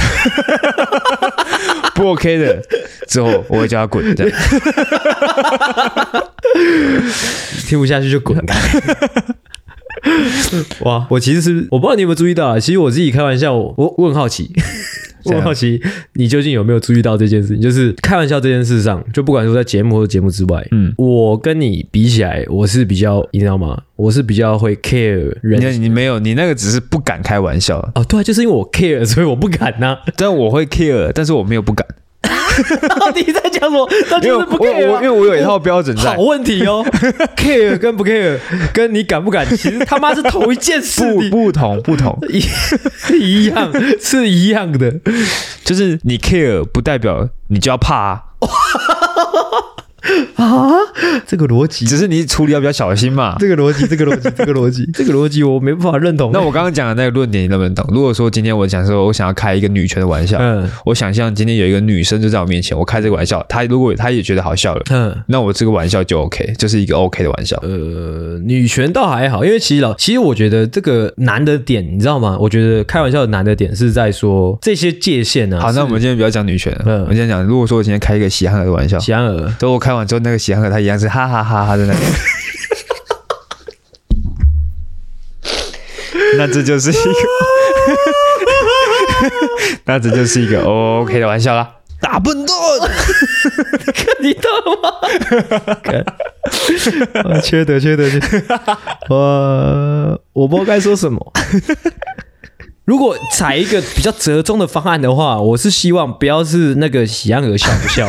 [SPEAKER 2] 不 OK 的。 之后我会叫他滚，这样
[SPEAKER 1] 听不下去就滚 开。哇！我其实是我不知道你有没有注意到啊，其实我自己开玩笑，我我我很好 奇，我
[SPEAKER 2] 怎样
[SPEAKER 1] 很好奇你究竟有没有注意到这件事情，就是开玩笑这件事上，就不管说在节目或者节目之外，
[SPEAKER 2] 嗯，
[SPEAKER 1] 我跟你比起来，我是比较，你知道吗？我是比较会 care
[SPEAKER 2] 你
[SPEAKER 1] 人。
[SPEAKER 2] 你没有，你那个只是不敢开玩笑，
[SPEAKER 1] 哦，对啊，就是因为我 care，所以我不敢啊 呐、
[SPEAKER 2] 但我会 care，但是我没有不敢，
[SPEAKER 1] 到底在讲什么？那
[SPEAKER 2] 因为
[SPEAKER 1] 就
[SPEAKER 2] 我
[SPEAKER 1] 是不
[SPEAKER 2] 我
[SPEAKER 1] care 啊、
[SPEAKER 2] 我因为我有一套标准在
[SPEAKER 1] 好。问题 哦，care 跟不 care，跟你敢不敢，其实他妈是同一件事。
[SPEAKER 2] 不
[SPEAKER 1] 你
[SPEAKER 2] 不同不 同，
[SPEAKER 1] 一一样是一样的，
[SPEAKER 2] 就是你 care 不代表你就要怕、啊，
[SPEAKER 1] 这个逻辑，
[SPEAKER 2] 只是你处理要比较小心 嘛。
[SPEAKER 1] 这个逻辑，这个逻辑，这个逻辑，这个逻辑我没办法认同。
[SPEAKER 2] 那我刚刚讲的那个论点你能不能懂？如果说今天我想说我想要开一个女权的玩笑，
[SPEAKER 1] 嗯
[SPEAKER 2] 我想象今天有一个女生就在我面前，我开这个玩笑，她如果她也觉得好笑了，
[SPEAKER 1] 嗯
[SPEAKER 2] 那我这个玩笑就 OK，就是一个 OK 的玩笑。
[SPEAKER 1] 呃，女权倒还好，因为其实老，其实我觉得这个难的点，你知道吗？我觉得开玩笑的难的点是在说这些界限呢、啊。
[SPEAKER 2] 好，那我们今天不要讲女权了，
[SPEAKER 1] 嗯
[SPEAKER 2] 我们今天讲，如果说我今天开一个喜憨儿的玩笑，
[SPEAKER 1] 喜安儿，
[SPEAKER 2] 等我开完之后，那个喜憨儿他一样是哈哈哈哈在那里。 那这就是一个，那这就是一个 OK 的玩笑啦。大笨蛋，
[SPEAKER 1] 你懂吗？啊缺德，缺德，缺德！我我不知道该说什么。如果采一个比较折中的方案的话，我是希望不要是那个喜羊羊笑不笑，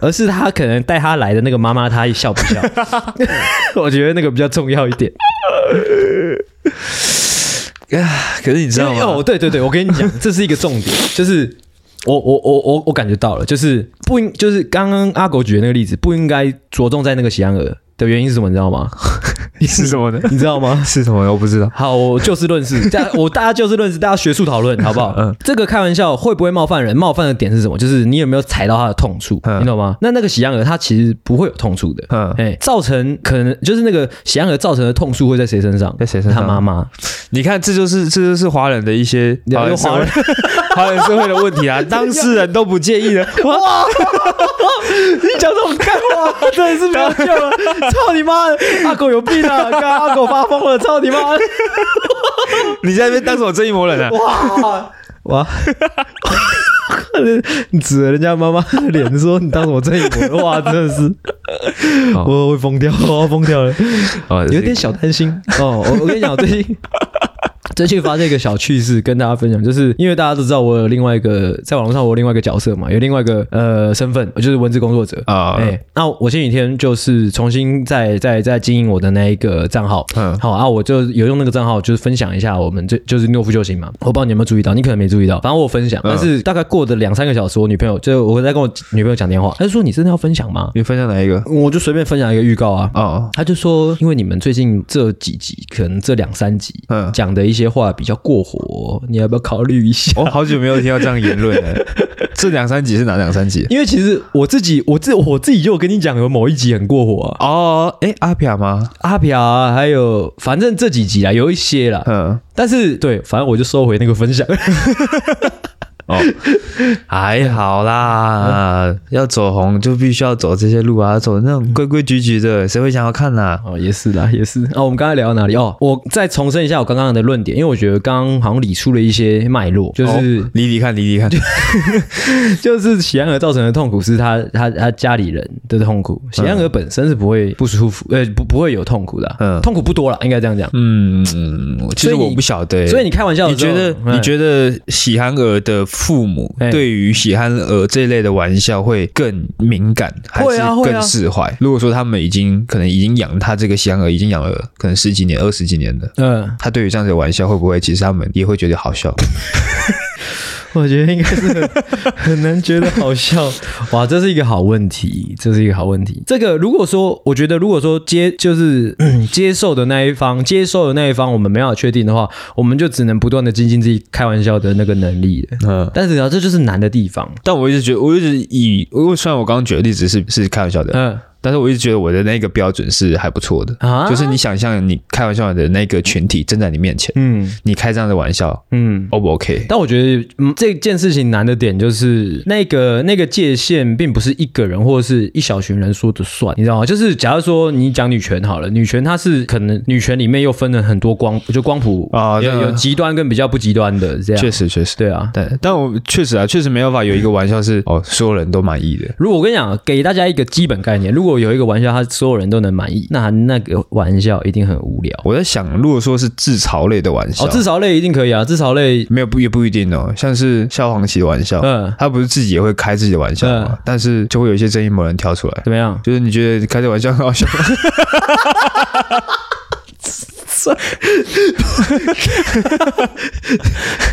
[SPEAKER 1] 而是他可能带他来的那个妈妈她笑不笑。我觉得那个比较重要一点。
[SPEAKER 2] 可是你知道
[SPEAKER 1] 因为哦，
[SPEAKER 2] 吗？
[SPEAKER 1] 对对对，我跟你 讲，这是一个重点，就是我我我我我感觉到了，就是不 应就是刚刚阿狗举的那个例子，不应该着重在那个喜羊羊的原因是什么，你知道吗？
[SPEAKER 2] 是什么呢？
[SPEAKER 1] 你知道吗？
[SPEAKER 2] 是什么呢？我不知道。
[SPEAKER 1] 好，我就事论 事，大我大家就事论事，大家学术讨论，好不好？
[SPEAKER 2] 嗯
[SPEAKER 1] 这个开玩笑会不会冒犯人？冒犯的点是什么？就是你有没有踩到他的痛处，
[SPEAKER 2] 嗯
[SPEAKER 1] 你懂吗？那那个喜羊羊它其实不会有痛处的，
[SPEAKER 2] 嗯，
[SPEAKER 1] 哎、造成可能就是那个喜羊羊造成的痛处会在谁身上？
[SPEAKER 2] 在谁身上？
[SPEAKER 1] 他妈妈，
[SPEAKER 2] 你看，这就是这就是华人的一些
[SPEAKER 1] 聊
[SPEAKER 2] 华人社
[SPEAKER 1] 华
[SPEAKER 2] 会
[SPEAKER 1] 人
[SPEAKER 2] 华人社会的问题啊，当事人都不介意的，
[SPEAKER 1] 哇！你讲这种干话，真的是没有救了！操你妈的，阿狗有病啊！刚阿狗发疯了，操你妈！
[SPEAKER 2] 你在那边当什么正义魔人啊？
[SPEAKER 1] 哇哇！ 你指着人家妈妈的脸说：“你当什么正义魔？”哇，真的是，
[SPEAKER 2] 哦
[SPEAKER 1] 我会疯掉，我要疯掉了，
[SPEAKER 2] 哦
[SPEAKER 1] 有点小担心哦。我我跟你讲，我最近最近发现一个小趣事，跟大家分享，就是因为大家都知道我有另外一个在网络上我有另外一个角色嘛，有另外一个呃身份，我就是文字工作者。
[SPEAKER 2] 啊，
[SPEAKER 1] 哎、那我前几天就是重新再再再经营我的那一个账号，
[SPEAKER 2] 嗯
[SPEAKER 1] 好啊，我就有用那个账号，就是分享一下我们这就是诺夫救星嘛。我不知道你有没有注意到，你可能没注意到，反正我分享，但是大概过了两三个小时，我女朋友就我在跟我女朋友讲电话，她就说你真的要分享吗？
[SPEAKER 2] 你分享哪一个？
[SPEAKER 1] 我就随便分享一个预告啊，
[SPEAKER 2] 哦，
[SPEAKER 1] 她就说因为你们最近这几集，可能这两三集。
[SPEAKER 2] 嗯，
[SPEAKER 1] 讲的一些话比较过火，你要不要考虑一下？
[SPEAKER 2] 我好久没有听到这样言论 了。这两三集是哪两三集？
[SPEAKER 1] 因为其实我自己，我自我自己就有跟你讲，有某一集很过火啊，
[SPEAKER 2] 哦，哎，阿飘吗？
[SPEAKER 1] 阿朴啊，还有反正这几集啦，有一些啦，
[SPEAKER 2] 嗯，
[SPEAKER 1] 但是对，反正我就收回那个 分享。
[SPEAKER 2] 哦，还好啦，要走红就必须要走这些路啊，走那种规规矩矩的，谁会想要看啊呐？
[SPEAKER 1] 哦，也是啦，也是。啊，我们刚才聊到哪里？哦，我再重申一下我刚刚的论点，因为我觉得刚刚好像理出了一些脉络，就是、
[SPEAKER 2] 哦理 理看，理理看，
[SPEAKER 1] 就是喜安儿造成的痛苦是他他他家里人的痛苦，
[SPEAKER 2] 嗯
[SPEAKER 1] 喜安儿本身是不会不舒服，呃，不不会有痛苦的啊、
[SPEAKER 2] 嗯
[SPEAKER 1] 痛苦不多啦，应该这样讲。
[SPEAKER 2] 嗯，嗯其
[SPEAKER 1] 所
[SPEAKER 2] 实
[SPEAKER 1] 以你
[SPEAKER 2] 我不晓得，
[SPEAKER 1] 所以你开玩笑
[SPEAKER 2] 你
[SPEAKER 1] 的时
[SPEAKER 2] 觉
[SPEAKER 1] 候，嗯
[SPEAKER 2] 得哎你觉得喜憨儿的父母
[SPEAKER 1] 哎
[SPEAKER 2] 对于喜憨儿这类的玩笑会更敏感，还
[SPEAKER 1] 会
[SPEAKER 2] 是
[SPEAKER 1] 啊会啊
[SPEAKER 2] 更释怀？如果说他们已经可能已经养他这个喜憨儿已经养了可能十几年、二十几年了。
[SPEAKER 1] 得，嗯，
[SPEAKER 2] 他对于这样子的玩笑，会不会其实他们也会觉得好笑？
[SPEAKER 1] 我觉得应该是很很难觉得好笑。 哇，这是一个好问题，这是一个好问题。这个如果说，我觉得如果说接就是、 嗯接受的那一方，接受的那一方，我们没办法确定的话，我们就只能不断的精进自己开玩笑的那个能力了。
[SPEAKER 2] 嗯，
[SPEAKER 1] 但是啊，这就是难的地方。
[SPEAKER 2] 但我一直觉得，我一直以我虽然我刚刚举的例子是是开玩笑的，
[SPEAKER 1] 嗯
[SPEAKER 2] 但是我一直觉得我的那个标准是还不错的，
[SPEAKER 1] 啊，
[SPEAKER 2] 就是你想象你开玩笑的那个群体正在你面前，
[SPEAKER 1] 嗯
[SPEAKER 2] 你开这样的玩笑
[SPEAKER 1] 嗯。
[SPEAKER 2] ，O 不 OK？
[SPEAKER 1] 但我觉得，嗯，这件事情难的点就是那个那个界限，并不是一个人或者是一小群人说的算，你知道吗？就是假如说你讲女权好了，女权它是可能女权里面又分了很多光，就光谱
[SPEAKER 2] 啊
[SPEAKER 1] 有
[SPEAKER 2] 对啊
[SPEAKER 1] 有极端跟比较不极端的这样，
[SPEAKER 2] 确实，确实。
[SPEAKER 1] 对啊。
[SPEAKER 2] 但但我确实啊，确实没有办法有一个玩笑是哦，所有人都满意的。
[SPEAKER 1] 如果我跟你讲，给大家一个基本概念，如果有一个玩笑，他所有人都能满意，那那个玩笑一定很无聊。
[SPEAKER 2] 我在想，如果说是自嘲类的玩笑，
[SPEAKER 1] 哦，自嘲类一定可以啊，自嘲类，
[SPEAKER 2] 没有不也不一定哦，像是萧煌奇的玩笑，
[SPEAKER 1] 嗯，
[SPEAKER 2] 他不是自己也会开自己的玩笑嘛，
[SPEAKER 1] 嗯
[SPEAKER 2] 但是就会有一些正义魔人跳出来，
[SPEAKER 1] 怎么样？
[SPEAKER 2] 就是你觉得开这玩笑很好 笑吗，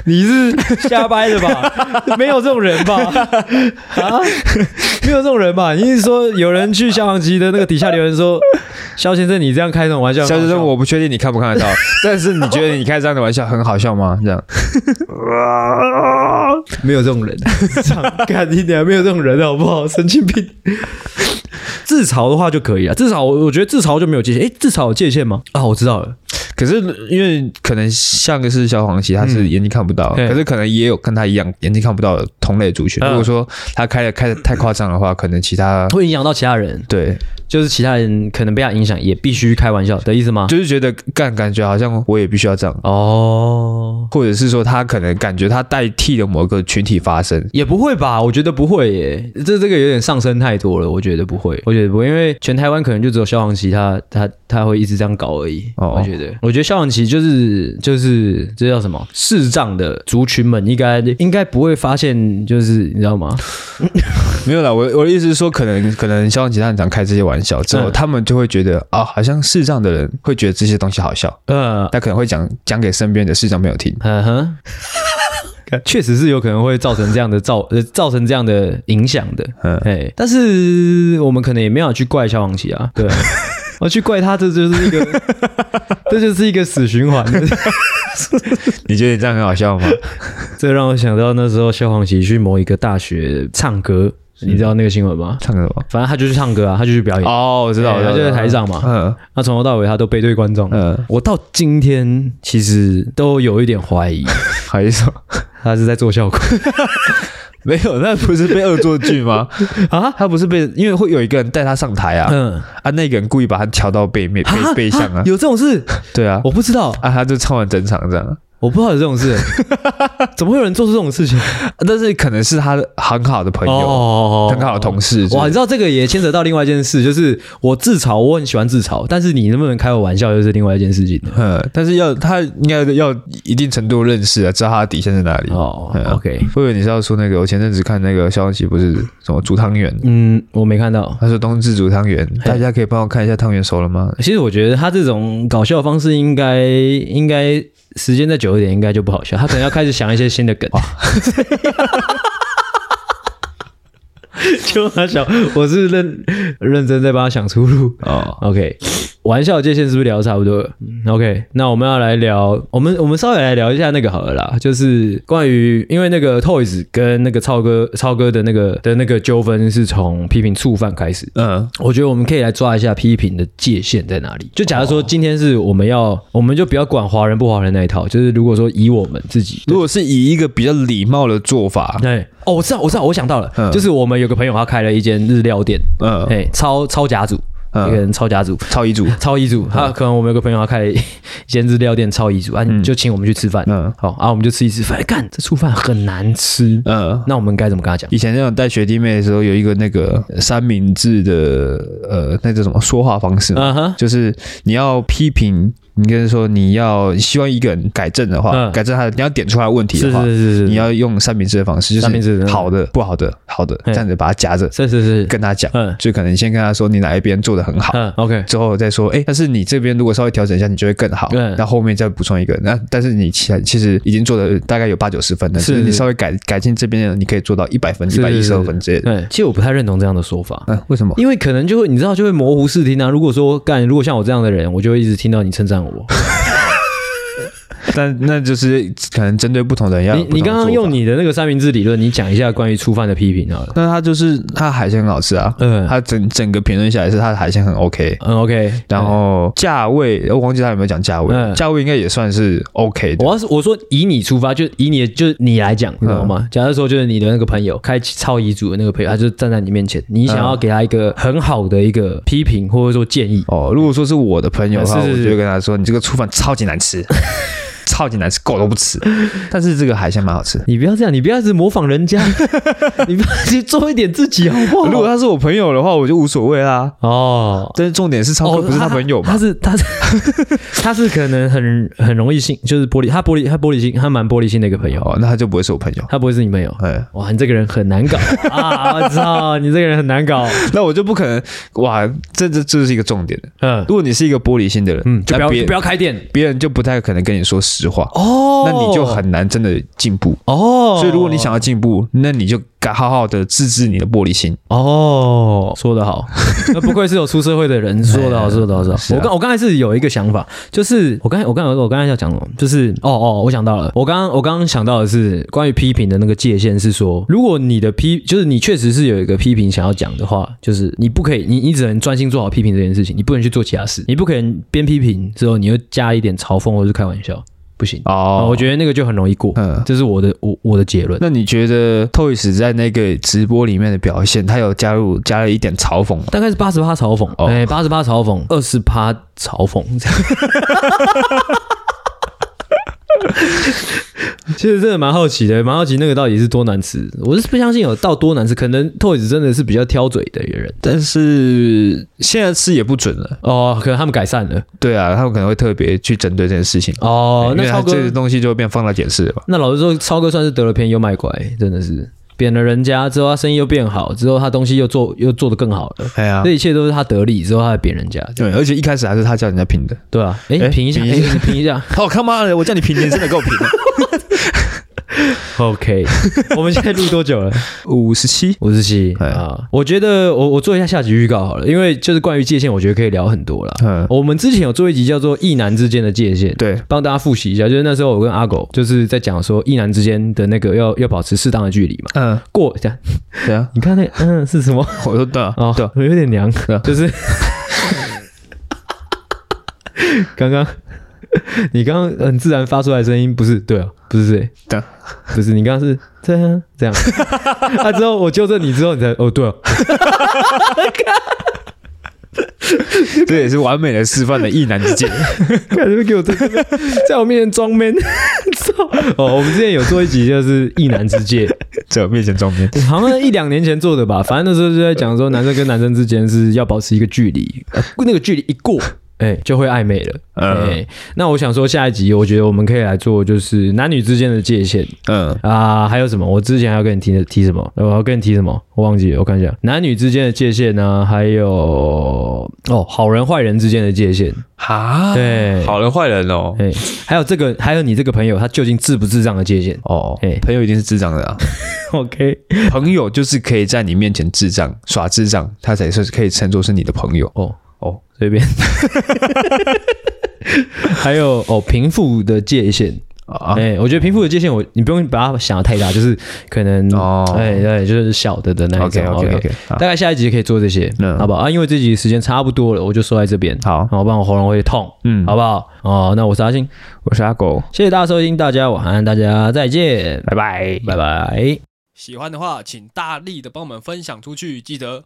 [SPEAKER 1] 你是 瞎掰的吧？ 没有这种人吧？啊，没有这种人吧？你是说有人去消防局的那个底下留言说，肖先生你这样开这种玩笑，
[SPEAKER 2] 萧先生，我不确定你看不 看得到，但是你觉得你开这样的玩笑很好笑吗？这样，
[SPEAKER 1] 没有这种人， 看你点没有这种人啊好不好？神经病。 自嘲的话就可以了，至少我我觉得自嘲就没有界限。诶，自嘲有界限吗？啊，我知道了。
[SPEAKER 2] 可是因为可能像个是萧煌奇，他是眼睛看不到，
[SPEAKER 1] 嗯对
[SPEAKER 2] 可是可能也有跟他一样眼睛看不到的同类族群。
[SPEAKER 1] 嗯
[SPEAKER 2] 如果说他开的开的太夸张的话，可能其他
[SPEAKER 1] 会影响到其他人，
[SPEAKER 2] 对，
[SPEAKER 1] 就是其他人可能被他影响，也必须开玩笑的意思吗？
[SPEAKER 2] 就是觉得干感觉好像我也必须要这样，
[SPEAKER 1] 哦，
[SPEAKER 2] 或者是说他可能感觉他代替了某个群体发声。
[SPEAKER 1] 也不会吧？我觉得不会耶，这这个有点上升太多了。我觉得不会，我觉得不会，因为全台湾可能就只有萧煌奇他他他会一直这样搞而已。
[SPEAKER 2] 哦
[SPEAKER 1] 我觉得，我觉得萧煌奇就是就是这叫什么视障的族群们应该应该不会发现，就是你知道吗？
[SPEAKER 2] 没有啦，我我的意思是说，可能可能萧煌奇他很常开这些玩笑之后，
[SPEAKER 1] 嗯
[SPEAKER 2] 他们就会觉得啊、好像视障的人会觉得这些东西好笑，
[SPEAKER 1] 呃，
[SPEAKER 2] 他可能会讲讲给身边的视障朋友听。
[SPEAKER 1] 嗯哼。确实是有可能会造成这样的造呃造成这样的影响的，
[SPEAKER 2] 嗯
[SPEAKER 1] 哎、但是我们可能也没有去怪萧煌奇啊，对啊，我去怪他，这就是一个，这就是一个死循环。
[SPEAKER 2] 你觉得你这样很好笑吗？
[SPEAKER 1] 这让我想到那时候萧煌奇去某一个大学唱歌，你知道那个新闻吗？
[SPEAKER 2] 唱个什么？
[SPEAKER 1] 反正他就去唱歌啊，他就去表演，
[SPEAKER 2] 哦，我知道，
[SPEAKER 1] 哎
[SPEAKER 2] 我知道
[SPEAKER 1] 他就是台上嘛
[SPEAKER 2] 嗯
[SPEAKER 1] 他从头到尾他都背对观众。
[SPEAKER 2] 嗯，
[SPEAKER 1] 我到今天其实都有一点怀疑，
[SPEAKER 2] 还有一首
[SPEAKER 1] 他是在做效果
[SPEAKER 2] 没有，那不是被恶作剧 吗？
[SPEAKER 1] 啊。
[SPEAKER 2] 他不是被，因为会有一个人带他上台啊，
[SPEAKER 1] 嗯，
[SPEAKER 2] 啊，那个人故意把他敲到背面背背向啊，
[SPEAKER 1] 有这种事，
[SPEAKER 2] 对啊，
[SPEAKER 1] 我不知道，
[SPEAKER 2] 啊，他就唱完整场这样，
[SPEAKER 1] 我不知道有这种 事，怎么会有人做出这种事情？
[SPEAKER 2] 呃但是可能是他很好的朋友，
[SPEAKER 1] 哦
[SPEAKER 2] 哎很好的同事，
[SPEAKER 1] 哇，
[SPEAKER 2] 就
[SPEAKER 1] 你
[SPEAKER 2] 是
[SPEAKER 1] 知道这个也牵扯到另外一件事，就是我自嘲，我很喜欢自嘲，但是你能不能开我玩笑，又是另外一件事情了。
[SPEAKER 2] 嗯，但是要他应该要一定程度认识啊，知道他的底线在哪里。
[SPEAKER 1] 哦
[SPEAKER 2] 对啊
[SPEAKER 1] ，OK，
[SPEAKER 2] 我以为你是要说那个，我前阵子看那个消息，不是什么煮汤圆，
[SPEAKER 1] 嗯，我没看到。
[SPEAKER 2] 他说冬至煮汤圆，大家可以帮我看一下汤圆熟了吗？
[SPEAKER 1] 其实我觉得他这种搞笑方式应该应该时间再久一点，应该就不好笑。他可能要开始想一些新的梗。 就他想，我是认认真在帮他想出路。
[SPEAKER 2] 哦，
[SPEAKER 1] OK，玩笑界限是不是聊得差不多了？OK，那我们要来聊，我们我们稍微来聊一下那个好了啦，就是关于因为那个 Toys 跟那个超哥超哥的那个的那个纠纷是从批评触犯开始。
[SPEAKER 2] 嗯，
[SPEAKER 1] 我觉得我们可以来抓一下批评的界限在哪里。就假如说今天是我们要，我们就不要管华人不华人那一套，就是如果说以我们自己，
[SPEAKER 2] 如果是以一个比较礼貌的做法，
[SPEAKER 1] 对，哦，我知道，我知道，我想到了，
[SPEAKER 2] 嗯
[SPEAKER 1] 就是我们有个朋友他开了一间日料店，
[SPEAKER 2] 嗯，
[SPEAKER 1] 哎、超超甲组，
[SPEAKER 2] 嗯
[SPEAKER 1] 一个人超甲组。
[SPEAKER 2] 超一组，
[SPEAKER 1] 超乙组，他可能我们有个朋友他开了一 一间日料店超乙组，啊，你就请我们去吃饭，
[SPEAKER 2] 嗯
[SPEAKER 1] 好，啊，我们就吃一次饭，干这醋饭很难吃，
[SPEAKER 2] 嗯。
[SPEAKER 1] 那我们该怎么跟他讲？
[SPEAKER 2] 以前那种带学弟妹的时候，有一个那个三明治的呃，那叫什么说话方式嘛，
[SPEAKER 1] 嗯哼，
[SPEAKER 2] 就是你要批评，你跟他说你要希望一个人改正的话，
[SPEAKER 1] 嗯
[SPEAKER 2] 改正他的，你要点出他的问题
[SPEAKER 1] 是
[SPEAKER 2] 的话，
[SPEAKER 1] 是是是，
[SPEAKER 2] 你要用三明治的方式，
[SPEAKER 1] 三明
[SPEAKER 2] 就
[SPEAKER 1] 治
[SPEAKER 2] 是
[SPEAKER 1] 嗯
[SPEAKER 2] 好的、不好的、好的，
[SPEAKER 1] 嗯
[SPEAKER 2] 这样子把它夹着
[SPEAKER 1] 是是是，
[SPEAKER 2] 跟他讲，
[SPEAKER 1] 嗯
[SPEAKER 2] 就可能先跟他说你哪一边做的很好。
[SPEAKER 1] 嗯，OK，
[SPEAKER 2] 之后再说，哎、但是你这边如果稍微调整一下，你就会更好。
[SPEAKER 1] 嗯
[SPEAKER 2] 那后面再补充一个，那但是你其他其实已经做的大概有八九十分了，
[SPEAKER 1] 是
[SPEAKER 2] 只你稍微改改进这边，你可以做到一百分、一
[SPEAKER 1] 是
[SPEAKER 2] 百一十二
[SPEAKER 1] 是
[SPEAKER 2] 分之类的。
[SPEAKER 1] 对，其实我不太认同这样的说法。
[SPEAKER 2] 嗯，为什么？
[SPEAKER 1] 因为可能就会你知道就会模糊视听啊。如果说干，如果像我这样的人，我就会一直听到你称赞 我。
[SPEAKER 2] 但那就是可能针对不同的人要有
[SPEAKER 1] 你
[SPEAKER 2] 不同
[SPEAKER 1] 你
[SPEAKER 2] 的
[SPEAKER 1] 刚刚
[SPEAKER 2] 做法
[SPEAKER 1] 用你的那个三明治理论，你讲一下关于触犯的批评好了。
[SPEAKER 2] 那它就是它海鲜很好吃啊，
[SPEAKER 1] 嗯
[SPEAKER 2] 它整整个评论下来是它的海鲜很 OK，
[SPEAKER 1] 嗯，OK。
[SPEAKER 2] 然后价位我忘记它有没有讲价位，
[SPEAKER 1] 嗯
[SPEAKER 2] 价位应该也算是 OK 的
[SPEAKER 1] 我。要是我说以你出发，就以你的就是你来讲，你懂
[SPEAKER 2] 嗯
[SPEAKER 1] 吗？假如说就是你的那个朋友开超遗嘱的那个朋友，他就站在你面前，你想要给他一个很好的一个批评或者说建议，
[SPEAKER 2] 哦，如果说是我的朋友的话，
[SPEAKER 1] 嗯是是
[SPEAKER 2] 我
[SPEAKER 1] 是
[SPEAKER 2] 就会跟他说：“你这个醋饭超级难吃， 超级难吃，狗都不吃。”但是这个海鲜蛮好吃。
[SPEAKER 1] 你不要这样，你不要一直模仿人家， 你不要去做一点自己好不好？
[SPEAKER 2] 如果他是我朋友的话，我就无所谓啦。
[SPEAKER 1] 哦，
[SPEAKER 2] 但是重点是超哥不是他朋友嘛
[SPEAKER 1] 他？是他是他是可能很很容易信，就是玻璃，他玻璃他玻璃心，他蛮玻璃心的一个朋友，
[SPEAKER 2] 哦，那他就不会是我朋友。
[SPEAKER 1] 他不会是你朋友。
[SPEAKER 2] 哎，
[SPEAKER 1] 哇，你这个人很难 搞啊！我操，你这个人很难搞。
[SPEAKER 2] 那我就不可能哇，这这这是一个重点的。
[SPEAKER 1] 嗯
[SPEAKER 2] 如果你是一个玻璃心的人，
[SPEAKER 1] 嗯，就不
[SPEAKER 2] 那
[SPEAKER 1] 要
[SPEAKER 2] 别
[SPEAKER 1] 不要开店
[SPEAKER 2] 别人就不太可能跟你说实话。
[SPEAKER 1] 哦
[SPEAKER 2] 那你就很难真的进步。
[SPEAKER 1] 哦。
[SPEAKER 2] 所以如果你想要进步，那你就该好好的治治你的玻璃心。
[SPEAKER 1] 哦，说得 好，那不愧是有出社会的人，说得好，说得好，说得
[SPEAKER 2] 是
[SPEAKER 1] 好。
[SPEAKER 2] 啊
[SPEAKER 1] 我刚我刚才哎是有一个想法，就是我刚才我刚才我刚才要讲什么，就是哦哦，我想到了，我刚刚我刚刚想到的是关于批评的那个界限是说，如果你的批就是你确实是有一个批评想要讲的话，就是你不可以，你你只能专心做好批评这件事情，你不能去做其他事，你不可能边批评之后你又加一点嘲讽或者是开玩笑，不行。哦，
[SPEAKER 2] 哦
[SPEAKER 1] 我觉得那个就很容易过，
[SPEAKER 2] 嗯
[SPEAKER 1] 这是我的我我的结论。
[SPEAKER 2] 那你觉得 Toys 在那个直播里面的表现，他有加入加了一点嘲讽吗？
[SPEAKER 1] 大概是八十趴嘲讽，
[SPEAKER 2] 哦
[SPEAKER 1] 哎、八十趴嘲讽，二十趴嘲讽，这 样。其实真的蛮好奇的，蛮好奇那个到底是多难吃。我是不相信有到多难吃，可能 Toys 真的是比较挑嘴的一个人
[SPEAKER 2] 但是现在吃也不准了，
[SPEAKER 1] 哦，可能他们改善了
[SPEAKER 2] 对啊，他们可能会特别去针对这件事情。
[SPEAKER 1] 哦。
[SPEAKER 2] 因
[SPEAKER 1] 那
[SPEAKER 2] 为他
[SPEAKER 1] 超哥
[SPEAKER 2] 这，个东西就会变放大解释了吧？
[SPEAKER 1] 那老实说，超哥算是得了便宜又卖乖，真的是贬了人家之后，他生意又变好，之后他东西又做又做得更好了，
[SPEAKER 2] 哎呀
[SPEAKER 1] 这，一切都是他得利之后，他还贬人家，
[SPEAKER 2] 对，而且一开始还是他叫人家评的。
[SPEAKER 1] 对啊，哎、
[SPEAKER 2] 哎
[SPEAKER 1] 评一下，
[SPEAKER 2] 评
[SPEAKER 1] 哎
[SPEAKER 2] 一下
[SPEAKER 1] 评一下，
[SPEAKER 2] 哦，他妈的，我叫你评，你真的给我评。
[SPEAKER 1] OK，我们现在录多久了？
[SPEAKER 2] 五十七，
[SPEAKER 1] 五十七
[SPEAKER 2] 哎
[SPEAKER 1] 啊。我觉得我我做一下下集预告好了，因为就是关于界限，我觉得可以聊很多啦。
[SPEAKER 2] 嗯，
[SPEAKER 1] 我们之前有做一集叫做“异男之间的界限”，
[SPEAKER 2] 对，
[SPEAKER 1] 帮大家复习一下，就是那时候我跟阿狗就是在讲说，异男之间的那个要要保持适当的距离嘛。
[SPEAKER 2] 嗯，
[SPEAKER 1] 过，等一下
[SPEAKER 2] 对啊，
[SPEAKER 1] 你看那个嗯是什么？
[SPEAKER 2] 我说对啊，
[SPEAKER 1] 哦，
[SPEAKER 2] 对啊，
[SPEAKER 1] 我有点 娘
[SPEAKER 2] 对啊，
[SPEAKER 1] 就是刚刚你刚刚呃很自然发出来的声音，不是对啊，不是对，
[SPEAKER 2] 对啊，
[SPEAKER 1] 不是你刚刚是这样这样， 啊之后我纠正你之后，你才哦 对啊，
[SPEAKER 2] 这也是完美的示范了异男之 间。
[SPEAKER 1] 看你们给我在这边在我面前装 man，操！哦，我们之前有做一集就是异男之界，
[SPEAKER 2] 在我面前装面，
[SPEAKER 1] 好像一两年前做的吧，反正那时候就在讲说男生跟男生之间是要保持一个距离，呃那个距离一过。哎、就会暧昧了。哎、
[SPEAKER 2] 嗯
[SPEAKER 1] 那我想说，下一集我觉得我们可以来做，就是男女之间的界限
[SPEAKER 2] 嗯，
[SPEAKER 1] 啊、还有什么？我之前还要跟你提的提什么？我要跟你提什么？我忘记了，我看一下。男女之间的界限呢、还有哦，好人坏人之间的界限。
[SPEAKER 2] 哈，
[SPEAKER 1] 对
[SPEAKER 2] 啊好人坏人哦，
[SPEAKER 1] 哎、还有这个，还有你这个朋友，他究竟智不智障的界限
[SPEAKER 2] 哦
[SPEAKER 1] 哎，
[SPEAKER 2] 朋友一定是智障的 啊，
[SPEAKER 1] ？OK，
[SPEAKER 2] 朋友就是可以在你面前智障耍智障，他才是可以称作是你的朋友
[SPEAKER 1] 哦，
[SPEAKER 2] 哦。
[SPEAKER 1] 随便。 还有哦，贫富的界限，哎、
[SPEAKER 2] 啊，
[SPEAKER 1] 我觉得贫富的界限我，你不用把它想的太大，就是可能，哎、
[SPEAKER 2] 哦
[SPEAKER 1] 对，就是小的的那一种。
[SPEAKER 2] OK OK OK，
[SPEAKER 1] 大概下一集可以做这些，
[SPEAKER 2] 啊嗯
[SPEAKER 1] 好不好？啊，因为这集时间差不多了，我就说在这边，
[SPEAKER 2] 好，
[SPEAKER 1] 好，不然我喉咙会痛，
[SPEAKER 2] 嗯，
[SPEAKER 1] 好不好？哦，那我是阿星，
[SPEAKER 2] 我是阿狗，
[SPEAKER 1] 谢谢大家收听，大家晚安，大家再见，
[SPEAKER 2] 拜拜。
[SPEAKER 1] 拜拜。
[SPEAKER 3] 喜欢的话，请大力的帮我们分享出去。记得